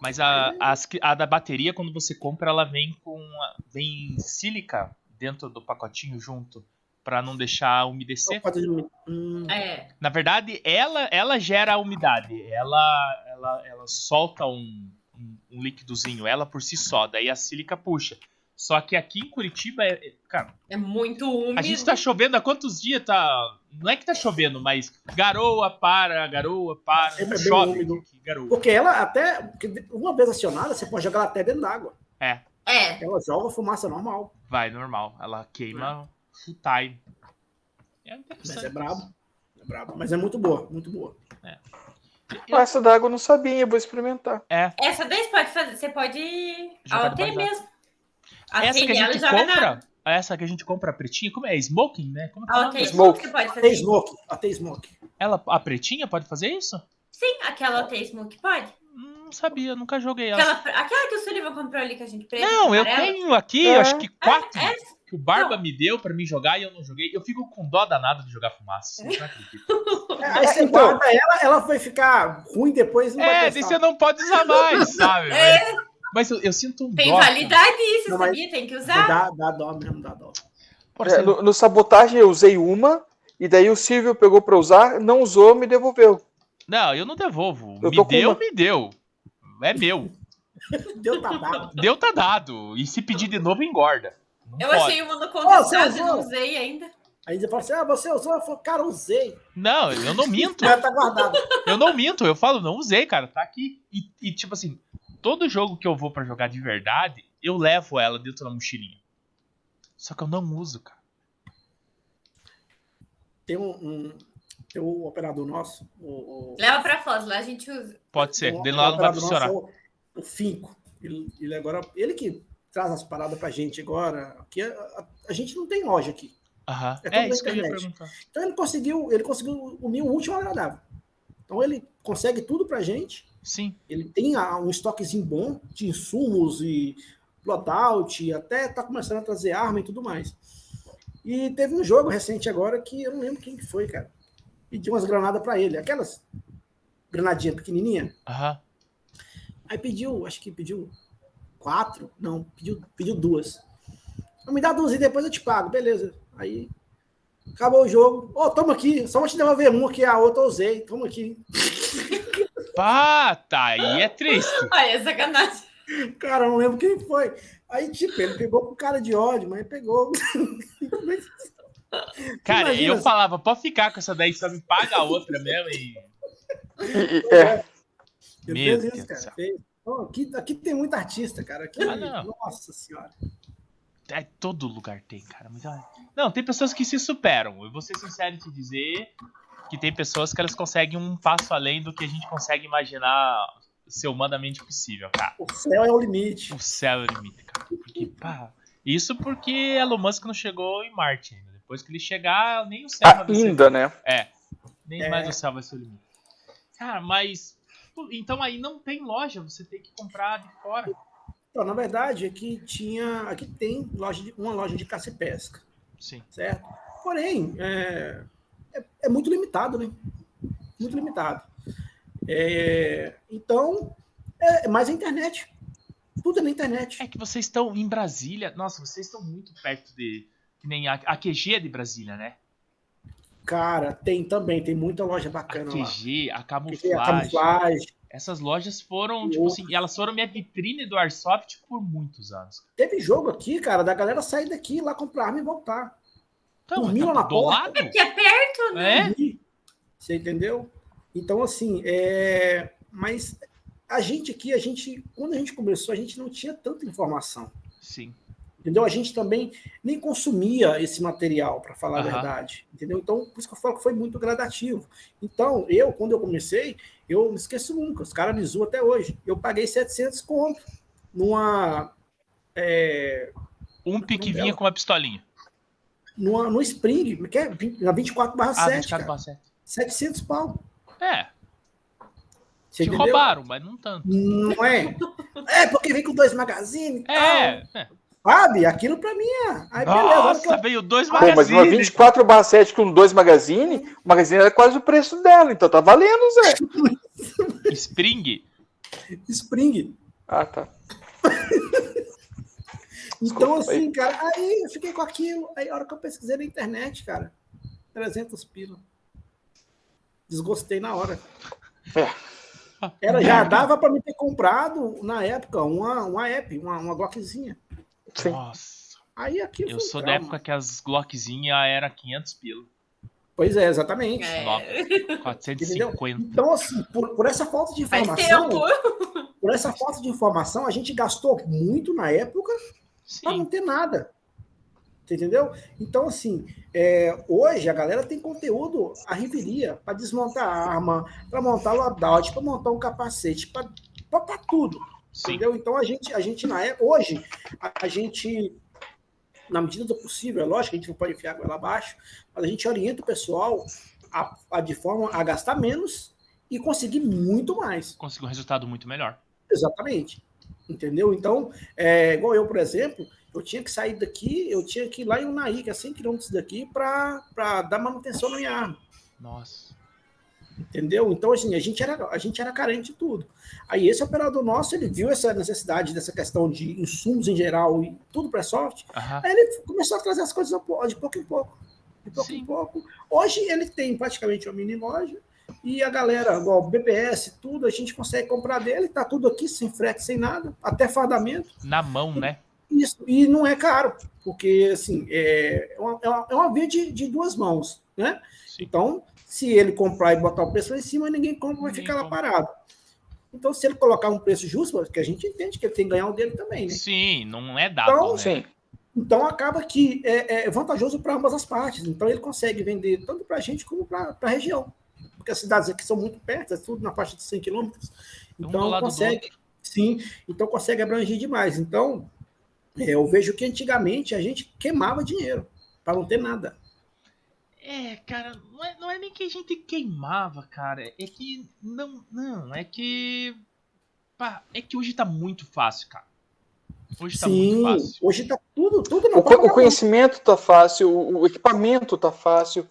Mas a, as que- a da bateria, quando você compra, ela vem com a- vem sílica dentro do pacotinho junto pra não deixar
Não
umedecer.
pode diminuir. Hum,
É.
Na verdade, ela ela gera a umidade. Ela ela, ela solta um, um, um líquidozinho, ela por si só. Daí a sílica puxa. Só que aqui em Curitiba, é- é- cara,
É muito úmido.
a gente tá chovendo há quantos dias? Tá, não é que tá chovendo, mas garoa para, garoa para,
É bem
chove.
úmido.
aqui, Garoa.
Porque ela até. porque Uma vez acionada, você pode jogar ela até dentro d'água.
É.
Ela joga fumaça normal.
Vai, normal. Ela queima full time. É interessante.
Mas é brabo. É brabo. Mas é muito boa, muito boa.
Eu-
Essa d'água eu não sabia, eu vou experimentar.
é
Essa daí você pode fazer. Você pode.
Jogar
Ah,
no
tem
balde.
mesmo.
Essa que a
Assim, ela
gente
joga na-
compra, É essa que a gente compra pretinha, como é? Smoking, né? Como é que é o
Ah,
nome?
tem
Smoke.
Você pode
Até
fazer.
smoke. Até smoke.
Ela, a pretinha pode fazer isso?
Sim, aquela tem smoke pode.
Não sabia, nunca joguei ela.
Aquela, aquela que o Sullivan comprou ali que a gente presa.
Não, eu
amarela.
tenho aqui,
É.
acho que quatro
É,
que o Barba
Não.
me deu pra mim jogar e eu não joguei. Eu fico com dó danado de jogar fumaça. Você não <laughs> acredita.
Aí você
então-
guarda ela, ela vai ficar ruim depois. e Não vai
É, daí
testar.
você não pode usar
<laughs>
mais, sabe?
É.
Mas, mas eu, eu sinto um
tem
dó. cara.
validade isso,
Não, mas-
sabia? Tem que usar.
Dá, dá dó mesmo, dá dó.
Por
É,
exemplo,
no, no sabotagem eu usei uma, e daí o Silvio pegou pra usar, não usou, me devolveu.
Não, eu não devolvo.
Eu
me
tô com
deu,
uma.
me deu. É meu.
Deu tabado.
Deu tá dado. E se pedir de novo, engorda. Não
Eu
pode.
achei um uma no
Ô, você
contestado,
usou?
não usei ainda.
Aí você fala assim: ah, você usou? Eu falo, cara, usei.
Não, eu não minto.
Mas tá guardado.
Eu não minto, eu falo, não usei, cara, tá aqui. E, e, tipo assim, todo jogo que eu vou pra jogar de verdade, eu levo ela dentro da mochilinha. Só que eu não uso, cara.
Tem um, um- tem um operador nosso. O, o-
Leva pra Foz, lá a gente usa.
Pode ser,
um
dele lá não vai
operador nosso
funcionar.
é O, o Finco. Ele, ele agora. Ele que traz as paradas pra gente agora. Aqui, a, a- a gente não tem loja aqui.
Aham.
é tudo
É
na
isso que eu ia
internet.
perguntar.
Então ele conseguiu, ele conseguiu unir o último ao agradável. Então ele consegue tudo pra gente.
Sim.
Ele tem ah, um estoquezinho bom de insumos e loadout, até tá começando a trazer arma e tudo mais. E teve um jogo recente agora que eu não lembro quem que foi, cara. Pediu umas granadas pra ele, aquelas granadinha pequenininha.
Aham.
Aí pediu, acho que pediu quatro, não, pediu, pediu duas. Ah, Me dá duas e depois eu te pago, beleza. Aí acabou o jogo. Ô, toma aqui, só vou te devolver uma que a outra eu usei, toma aqui.
Pá, tá aí é
<laughs>
triste.
Olha, sacanagem.
Cara, eu não lembro quem foi. Aí, tipo, ele pegou com cara de ódio, mas pegou. <laughs> Mas
Cara,
Imagina
eu
se-
falava, pode ficar com essa daí, só me paga a outra mesmo e.
E- e- é,
ele
Meu
fez
Deus
isso,
do
cara.
céu.
fez. Então, aqui, aqui tem muito artista, cara. Aqui,
Ah, não.
nossa senhora.
É, todo lugar tem, cara. Mas, olha- não, tem pessoas que se superam. Eu vou ser sincero em te dizer que tem pessoas que elas conseguem um passo além do que a gente consegue imaginar ser humanamente possível, cara.
O céu é o limite.
O céu é o limite, cara. Porque, pá, isso porque Elon Musk não chegou em Marte ainda. Depois que ele chegar, nem o céu vai ser-
ainda, né?
nem
É.
mais o céu vai ser o limite. Cara, mas. pô, Então aí não tem loja, você tem que comprar de fora.
Então, na verdade, aqui tinha. Aqui tem loja de- uma loja de caça e pesca,
Sim.
certo? Porém, é, é- é muito limitado, né? Muito limitado. É, então, é mais a internet. Tudo é na internet.
É que vocês estão em Brasília. Nossa, vocês estão muito perto de. Que nem a, a QG é de Brasília, né?
Cara, tem também, tem muita loja
A
bacana lá.
QG, a
Tem
camuflagem.
a camuflagem.
Essas lojas foram,
O
tipo
outro.
assim, elas foram minha vitrine do Airsoft por muitos anos.
Teve jogo aqui, cara, da galera sair daqui, ir lá comprar arma e voltar.
Então,
Dormiram
tá
na
do
porta?
lado?
Que é perto, né?
É?
E- Você entendeu? Então, assim, é... mas a gente aqui, a gente, quando a gente começou, a gente não tinha tanta informação.
Sim.
Entendeu? A gente também nem consumia esse material, para falar
Aham.
a verdade. Entendeu? Então, por isso que eu falo que foi muito gradativo. Então, eu, quando eu comecei, eu não esqueço nunca, os caras me zoam até hoje. Eu paguei 700 conto numa. é,
Um pique vinha
dela.
com uma pistolinha.
no, no Spring, que é 20 na 24 barra
Ah,
7,
24
cara,
barra 7.
700 pau.
É,
Você
te
entendeu?
roubaram, mas não tanto.
Não é? É, porque vem com dois magazines e tal.
É, é.
Sabe? Aquilo pra mim é. Aí, beleza, olha que
Nossa,
eu-
veio dois
Pô, mas uma
magazines.
24 barra 7 com dois magazine, o magazine era quase o preço dela, então tá valendo, Zé.
Spring.
Spring.
Ah, tá.
Então,
Desculpa,
assim, cara, aí eu fiquei com aquilo. Aí, a hora que eu pesquisei na internet, cara, 300 pila. Desgostei na hora. Era, já dava pra me ter comprado, na época, uma, uma app, uma, uma Glockzinha.
Sim.
Nossa,
Aí aquilo.
eu
foi um
sou da
trauma.
época que as Glockzinha era 500 pila.
Pois é, exatamente.
Nove. 450.
Então, assim, por, por essa falta de
Faz
informação,
tempo.
por essa falta de informação, a gente gastou muito na época para não
Sim.
ter nada. Você entendeu? Então, assim, é, hoje a galera tem conteúdo à revelia para desmontar a arma, para montar o loadout, para montar um capacete, para tudo.
Sim.
Entendeu? Então a gente, a gente na época, hoje, a, a gente, na medida do possível, é lógico que a gente não pode enfiar água lá abaixo, mas a gente orienta o pessoal a, a- de forma a gastar menos e conseguir muito mais.
Conseguiu um resultado muito melhor.
Exatamente. Entendeu? Então, é, igual eu, por exemplo, eu tinha que sair daqui, eu tinha que ir lá em Unaí, que é 100 quilômetros daqui, para dar manutenção na minha arma.
Nossa.
Entendeu? Então, assim, a gente era, a gente era carente de tudo. Aí esse operador nosso, ele viu essa necessidade dessa questão de insumos em geral e tudo para soft,
Aham.
aí ele começou a trazer as coisas de pouco em pouco. De pouco
Sim.
em pouco. Hoje ele tem praticamente uma mini loja e a galera, igual BBS, tudo, a gente consegue comprar dele, tá tudo aqui, sem frete, sem nada, até fardamento.
Na mão, né?
Isso, e não é caro, porque assim, é é uma, é uma, é uma via de, de duas mãos, né?
Sim.
Então, se ele comprar e botar o preço lá em cima, ninguém compra, vai
Ninguém
ficar lá
compra.
parado. Então, se ele colocar um preço justo, porque a gente entende que ele tem que ganhar o dele também, né?
Sim, não é dado.
Então,
né?
Sim.
Então, acaba que é, é vantajoso para ambas as partes. Então, ele consegue vender tanto para a gente como para a região. Porque as cidades aqui são muito perto, é tudo na faixa de 100 quilômetros.
Um
Então,
do lado do
consegue, sim, então consegue abranger demais. Então, é, eu vejo que antigamente a gente queimava dinheiro para não ter nada.
É, cara, não é, não é nem que a gente queimava, cara. É que. Não, não, é que. pá, é que hoje tá muito fácil, cara. Hoje tá muito
sim,
fácil.
hoje está tudo, tudo na
O, co-
palma
o
da mão.
conhecimento tá fácil, o, o equipamento tá fácil,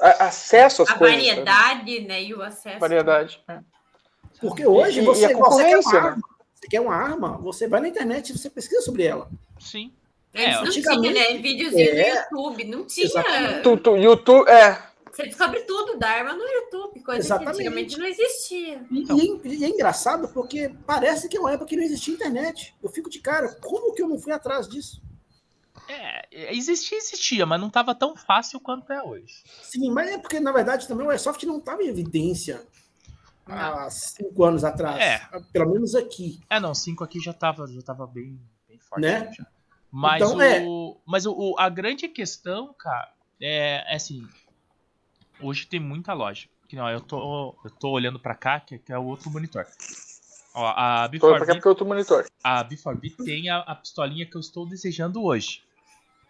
a- acesso às
A
coisas. sabe?
variedade, né? E o acesso.
Variedade. é.
Porque hoje
E- e
você,
a
você quer
concorrência,
uma
né?
arma, você quer uma arma, você vai na internet e você pesquisa sobre ela.
Sim. É,
Antes não tinha,
antigamente,
né? Videozinho
é.
no YouTube. Não tinha.
Exatamente.
Tu, tu, YouTube, é.
Você descobre tudo da arma no YouTube, coisa
Exatamente.
que antigamente não existia.
E,
Então.
e é- e é engraçado porque parece que é uma época que não existia internet. Eu fico de cara, como que eu não fui atrás disso?
É, é, existia, existia, mas não tava tão fácil quanto é hoje.
Sim, mas é porque, na verdade, também o Airsoft não estava em evidência há cinco anos atrás.
É.
Pelo menos aqui.
É, não, 5 aqui já tava, já tava bem, bem forte.
Né?
já. Mas,
Então,
o,
é.
mas o, o- a grande questão, cara, é, é assim. Hoje tem muita loja. Que não, eu tô, eu tô olhando pra cá, que, que é o outro monitor. Ó, a
Tô
Before
pra cá
Beat,
porque é outro monitor.
a Before Beat tem a, a pistolinha que eu estou desejando hoje.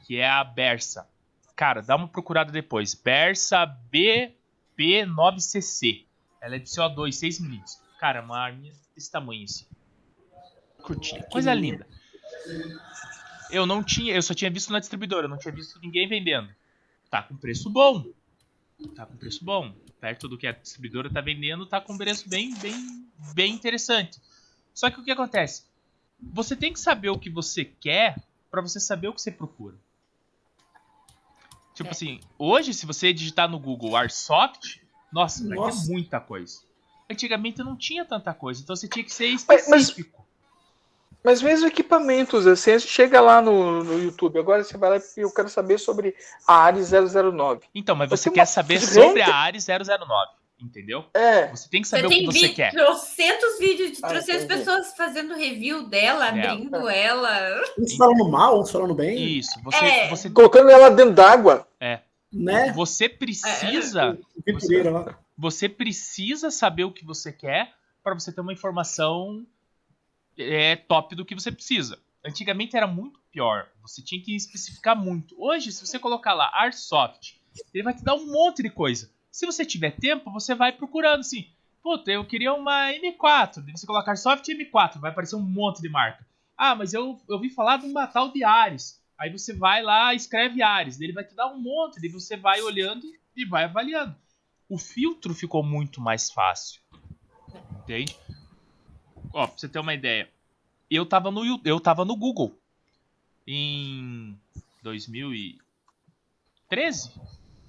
Que é a Bersa. Cara, dá uma procurada depois. Bersa BP9CC. Ela é de CO2, 6mm. Cara, uma arminha desse tamanho assim. Curtinha. Coisa linda. Eu não tinha, eu só tinha visto na distribuidora, eu não tinha visto ninguém vendendo. Tá com preço bom. Tá com preço bom. Perto do que a distribuidora tá vendendo, tá com preço bem, bem, bem interessante. Só que o que acontece? Você tem que saber o que você quer pra você saber o que você procura. Tipo
É.
assim, hoje, se você digitar no Google Airsoft, nossa, vai ter
Nossa.
muita coisa. Antigamente não tinha tanta coisa, então você tinha que ser
Mas- mas-
específico.
Mas mesmo equipamentos, assim, você chega lá no, no YouTube, agora você vai lá e eu quero saber sobre a área 009.
Então, mas
Eu
você
tenho
quer
uma
saber
frente.
sobre a área 009, entendeu?
É,
Você tem que
Você
saber
tem
o que você
vídeo,
quer.
trocentos vídeos de
Ah,
trocentas
entendi.
pessoas fazendo review dela,
Dela.
abrindo ela.
Uns falando mal, uns falando bem,
Isso, você,
É.
você,
colocando ela dentro d'água.
né?
você precisa,
O Aventureiro lá.
você precisa saber o que você quer pra você ter uma informação é, top do que você precisa. Antigamente era muito pior. Você tinha que especificar muito. Hoje, se você colocar lá Airsoft, ele vai te dar um monte de coisa. Se você tiver tempo, você vai procurando assim. Puta, eu queria uma M4. Daí você coloca Airsoft M4, vai aparecer um monte de marca. Ah, mas eu, eu vi falar de uma tal de Ares. Aí você vai lá, escreve Ares. Daí Ele vai te dar um monte, daí você vai olhando e vai avaliando. O filtro ficou muito mais fácil. Entende? Ó, pra você ter uma ideia. Eu tava no, Yu- eu tava no Google em 2013.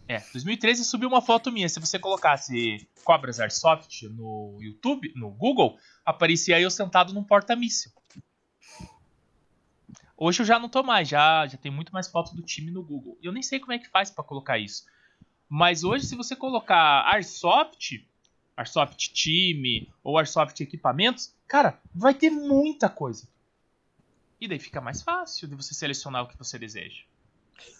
É, 2013 subiu uma foto minha. Se você colocasse Cobras Airsoft no YouTube, no Google, aparecia eu sentado num porta-míssil. Hoje eu já não tô mais, já, já tem muito mais foto do time no Google. E Eu nem sei como é que faz pra colocar isso. Mas hoje, se você colocar Airsoft, Airsoft time ou Airsoft equipamentos, cara, vai ter muita coisa. E daí fica mais fácil de você selecionar o que você deseja.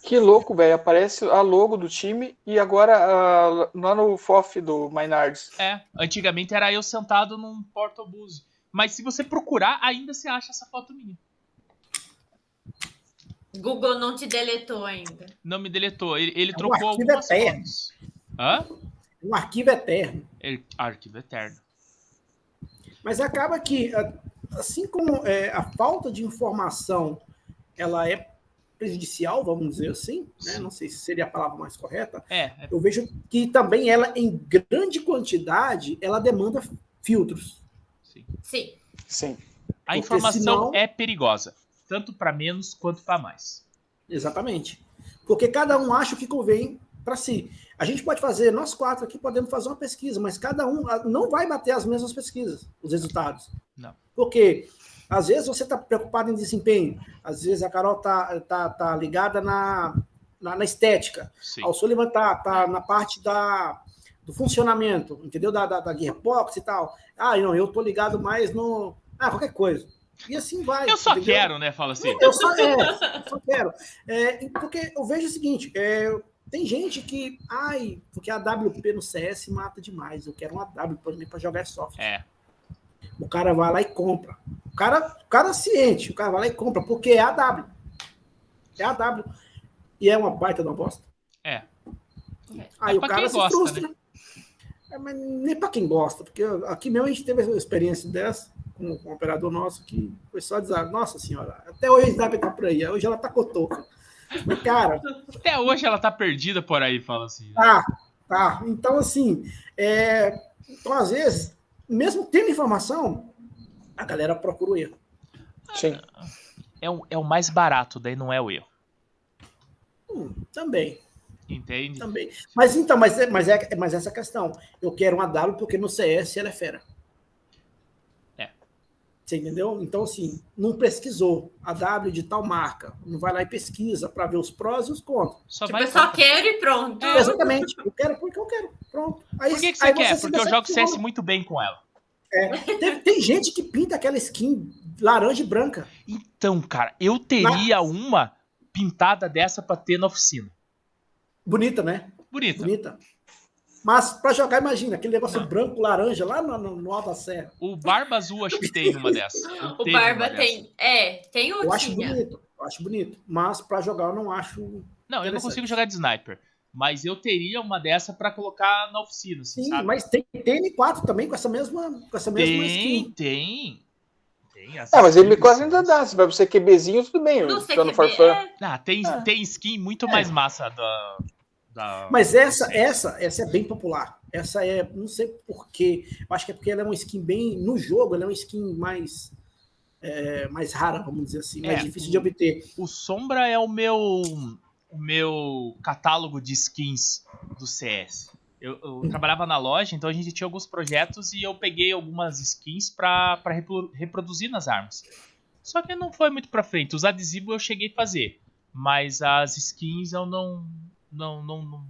Que louco, velho. Aparece a logo do time e agora a- lá no FOF do Maynards.
É, antigamente era eu sentado num portobus. Mas se você procurar, ainda se acha essa foto minha.
Google não te deletou ainda.
Não me deletou. Ele, ele
É um
trocou
arquivo
algumas
eterno.
fotos. Hã?
Um arquivo eterno.
Ele- Arquivo eterno.
Mas acaba que, a- assim como é, a falta de informação ela é prejudicial, vamos dizer assim, né? não sei se seria a palavra mais correta,
É, é,
eu vejo que também ela, em grande quantidade, ela demanda filtros.
sim.
Sim.
Sim.
A
Porque
informação
senão-
é perigosa. Tanto pra menos quanto pra mais.
Exatamente. Porque cada um acha o que convém para si. A gente pode fazer, nós quatro aqui podemos fazer uma pesquisa, mas cada um ah, não vai bater as mesmas pesquisas, os resultados.
Não.
Porque às vezes você está preocupado em desempenho, às vezes a Carol tá, tá, tá ligada na, na, na estética,
Sim.
ao Sullivan tá, tá na parte da, do funcionamento, entendeu? Da, da, da gearbox e tal. Ah, não, eu tô ligado mais no. Ah, qualquer coisa. E assim vai.
Eu só
entendeu?
quero, né? Fala assim.
Eu só, é, eu só quero. É, e porque eu vejo o seguinte: é, tem gente que, ai, porque a WP no CS mata demais. Eu quero uma W, por exemplo, para jogar soft.
É,
O cara vai lá e compra. O cara, o cara é ciente, o cara vai lá e compra, porque é a W. É a W. E é uma baita da bosta.
É.
Aí
É
o
pra
cara
quem
se
gosta,
frustra. É, mas nem para quem gosta, porque aqui mesmo a gente teve uma experiência dessa com com um operador nosso que foi só dizer, nossa senhora, até hoje a W tá por aí, hoje ela tá cotoca. Mas, cara,
Até hoje ela tá perdida por aí, fala assim.
Tá, tá. Então, assim, é, então, às vezes, mesmo tendo informação, a galera procura o erro.
Sim.
É o, é o mais barato, daí não é o erro.
Hum, também,
Entende?
também. Mas então, mas, é- mas, é, mas essa questão. Eu quero uma W porque no CS ela é fera.
É.
Você entendeu? Então, assim, não pesquisou a W de tal marca. Não vai lá e pesquisa para ver os prós e os contras. É
Só
tipo,
vai. É,
eu só quero e pronto.
Exatamente. Eu quero porque eu quero. Pronto. Aí,
Ah, Por que, que você
aí
quer?
se
Porque eu jogo
decepciona.
CS muito bem com ela.
Tem, tem gente que pinta aquela skin laranja e branca.
Então, cara, eu teria uma pintada dessa pra ter na oficina.
Bonita, né?
Bonita.
Bonita. Mas pra jogar, imagina, aquele negócio branco, laranja, lá no, no, no Alto da Serra.
O Barba Azul acho que tem uma dessa.
<laughs> O
Teve uma
Barba
dessa.
tem. É, tem o
Eu acho
tinha.
bonito, eu acho bonito. Mas pra jogar eu não acho.
Não, eu não
Interessante.
consigo jogar de sniper. Mas eu teria uma dessa pra colocar na oficina, assim,
Sim,
sabe?
mas tem TN4 também com essa mesma, com essa mesma
Tem,
skin.
tem. Tem essa
Ah, mas ele me
skin.
quase ainda dá. Se vai pro CQBzinho, tudo bem.
Não
Eu
sei
tô
que
no Farfã.
é.
Ah, tem,
Ah.
tem skin muito mais massa da. da-
Mas essa, essa, essa é bem popular. Essa é, não sei porquê. Acho que é porque ela é uma skin bem. No jogo, ela é uma skin mais. é, mais rara, vamos dizer assim, mais
É.
difícil de obter.
O Sombra é o meu. O meu catálogo de skins do CS. Eu, eu trabalhava na loja, então a gente tinha alguns projetos e eu peguei algumas skins pra, pra repro- reproduzir nas armas. Só que não foi muito pra frente. Os adesivos eu cheguei a fazer, mas as skins eu não. Não, não, não,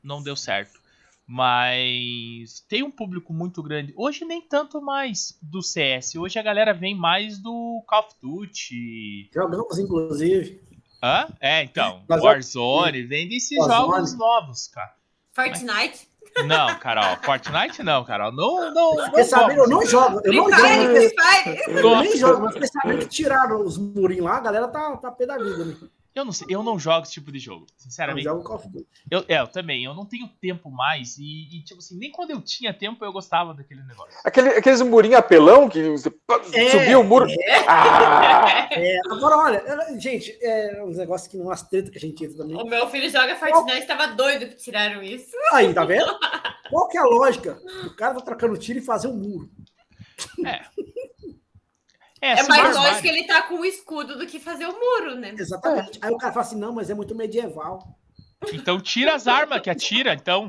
não deu certo. Mas tem um público muito grande. Hoje nem tanto mais do CS. Hoje a galera vem mais do Call of Duty,
Jogamos, inclusive.
Hã? É, então.
Mas eu-
Warzone, vem desses
Warzone.
jogos novos, cara.
Fortnite.
Não, Carol. Fortnite não, Carol. Não, não. não
Porque sabendo, eu
vamos.
não jogo. Eu não
Free Fire,
jogo.
Free Fire.
Eu nem
Nossa.
jogo, mas porque sabendo que tiraram os murinhos lá, a galera tá, tá pé da vida, né?
Eu não sei, eu não jogo esse tipo de jogo,
Eu
sinceramente.
jogo Call of Duty.
Eu, é, eu também, eu não tenho tempo mais. E, e, tipo assim, nem quando eu tinha tempo eu gostava daquele negócio.
Aquele, aqueles murinhos apelão que você pá,
É.
subiu o muro. Ah,
É, agora, olha, eu- gente, é um negócio que não as tretas que a gente entra também.
O meu filho joga Fortnite, tava doido que tiraram isso.
Aí, tá vendo? Qual que é a lógica? O cara tá trocando tiro e fazer um muro.
É
Super
mais
Mario.
lógico ele tá com o escudo do que fazer o muro, né?
Exatamente. Aí o cara fala assim, não, mas é muito medieval.
Então tira as armas que atira, então.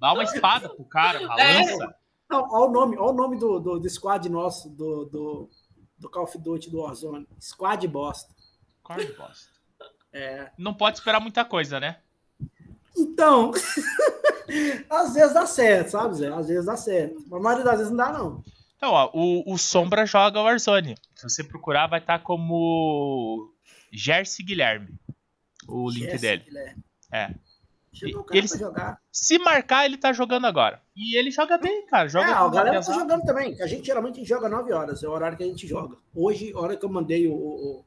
Dá uma espada pro cara, uma
É.
lança.
Não, olha o nome, olha o nome do, do, do squad nosso, do, do, do Call of Duty do Warzone. Squad bosta.
Corre, bosta.
É.
Não pode esperar muita coisa, né?
Então, <laughs> às vezes dá certo, sabe, Zé? Às vezes dá certo. Mas a maioria das vezes não dá, não.
Então, ó, o, o Sombra joga Warzone. Se você procurar, vai estar como Jersey Guilherme. O link
Jesse,
dele.
Guilherme.
É. E
Chegou o um cara
eles-
pra jogar.
Se marcar, ele tá jogando agora. E ele joga bem, cara. Joga
é,
com
a galera tá
tesão.
jogando também. que A gente geralmente joga 9 horas, é o horário que a gente joga. Hoje, a hora que eu mandei o, o,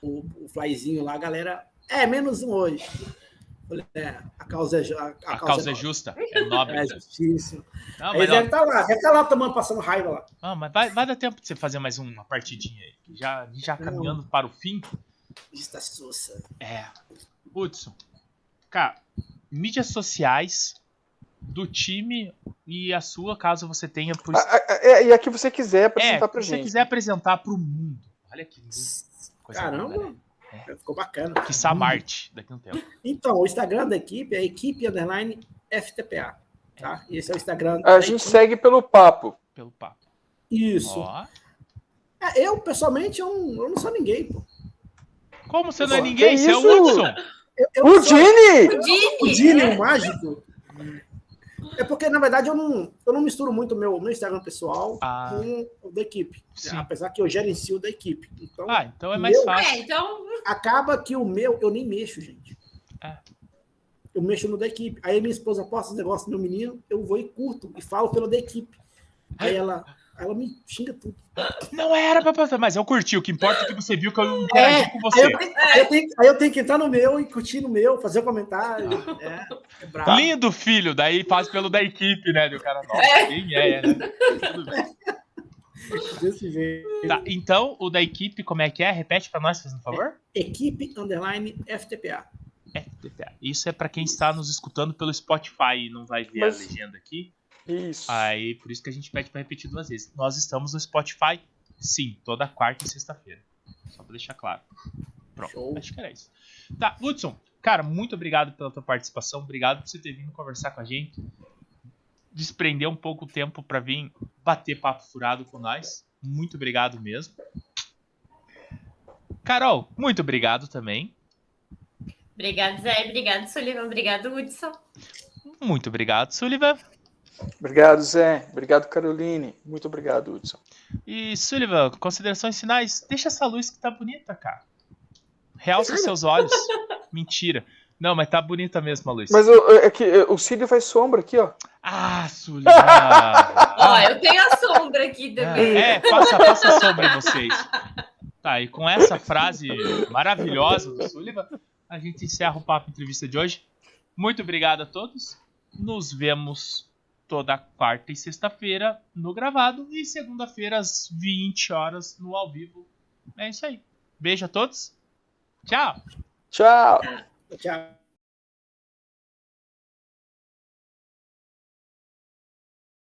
o- o flyzinho lá, a galera. É, menos um hoje. Falei, é, a causa é, ju- a,
A causa é
nobre.
justa, é nobre.
É justíssimo.
Não,
Aí
mas,
deve
ó,
estar lá, deve estar lá tomando, passando raiva lá.
não, mas vai, vai dar tempo de você fazer mais uma partidinha aí. que Já, já caminhando para o fim.
Está sussa.
É. Hudson, cara, mídias sociais do time e a sua, caso você tenha. Por...
ah, ah, é, e a que você quiser
é,
apresentar pra
se você
gente.
quiser apresentar pro mundo. Olha que lindo. Coisa linda, né?
Caramba, é, ficou bacana.
Hum.
Que Samarte daqui a um tempo.
Então, o Instagram da equipe é equipe underline FTPA. Tá? Esse é o Instagram.
A
da
gente
equipe.
segue pelo papo.
Pelo papo.
Isso.
Ó.
É, eu, pessoalmente, eu não, eu não sou ninguém, pô.
Como você não é
Que
ninguém? Você é o
isso?
Hudson.
Eu- eu
O
não sou-
Dini!
O Dini.
o Dini, o né? mágico. É porque, na verdade, eu não, eu não misturo muito o meu, meu Instagram pessoal
Ah.
com o da equipe.
Sim.
Apesar que eu gerencio da equipe. Então,
Ah, então é mais
Meu-
fácil.
É, então.
acaba que o meu, eu nem mexo, gente.
Ah.
Eu mexo no da equipe. Aí minha esposa posta os negócios do meu menino, eu vou e curto e falo pelo da equipe. Aí ela, ela me xinga tudo.
Não era pra passar, mas eu curti. O que importa é que você viu que eu interagi
É,
com
Aí
você.
eu, tenho, aí eu tenho- aí eu tenho que entrar no meu e curtir no meu, fazer um comentário.
Ah.
É, é brabo.
Lindo filho, daí faz pelo da equipe, né? Do cara, nossa, quem é, né? Tudo bem.
É, Desse jeito.
Tá, então, o da equipe, como é que é? Repete pra nós, fazendo favor.
Equipe underline FTPA.
Isso é pra quem está nos escutando pelo Spotify e não vai ver
Mas-
a legenda aqui.
Isso.
Aí, por isso que a gente pede pra repetir duas vezes. Nós estamos no Spotify, sim, toda quarta e sexta-feira. Só pra deixar claro. Pronto,
Show.
acho que era isso. Tá, Hudson, cara, muito obrigado pela tua participação. Obrigado por você ter vindo conversar com a gente. Desprender um pouco o tempo pra vir bater papo furado com nós. Muito obrigado mesmo. Carol, muito obrigado também.
Obrigado, Zé. Obrigado, Sullivan. Obrigado, Hudson.
Muito obrigado, Sullivan.
Obrigado, Zé. Obrigado, Caroline. Muito obrigado, Hudson.
E, Sullivan, considerações finais. Deixa essa luz que tá bonita, cara. Realça os seus olhos. <laughs> Mentira. Não, mas tá bonita mesmo a luz.
Mas eu- eu- é que, é, o Cílio faz sombra aqui, ó.
Ah, Sullivan! Ah,
Ó, eu tenho a sombra aqui também.
é, passa, passa sombra em vocês. Tá, e com essa frase maravilhosa do Sullivan, a gente encerra o papo entrevista de hoje. Muito obrigado a todos. Nos vemos toda quarta e sexta-feira no gravado e segunda-feira às 20 horas no ao vivo. É isso aí. Beijo a todos. Tchau.
Tchau.
Tchau.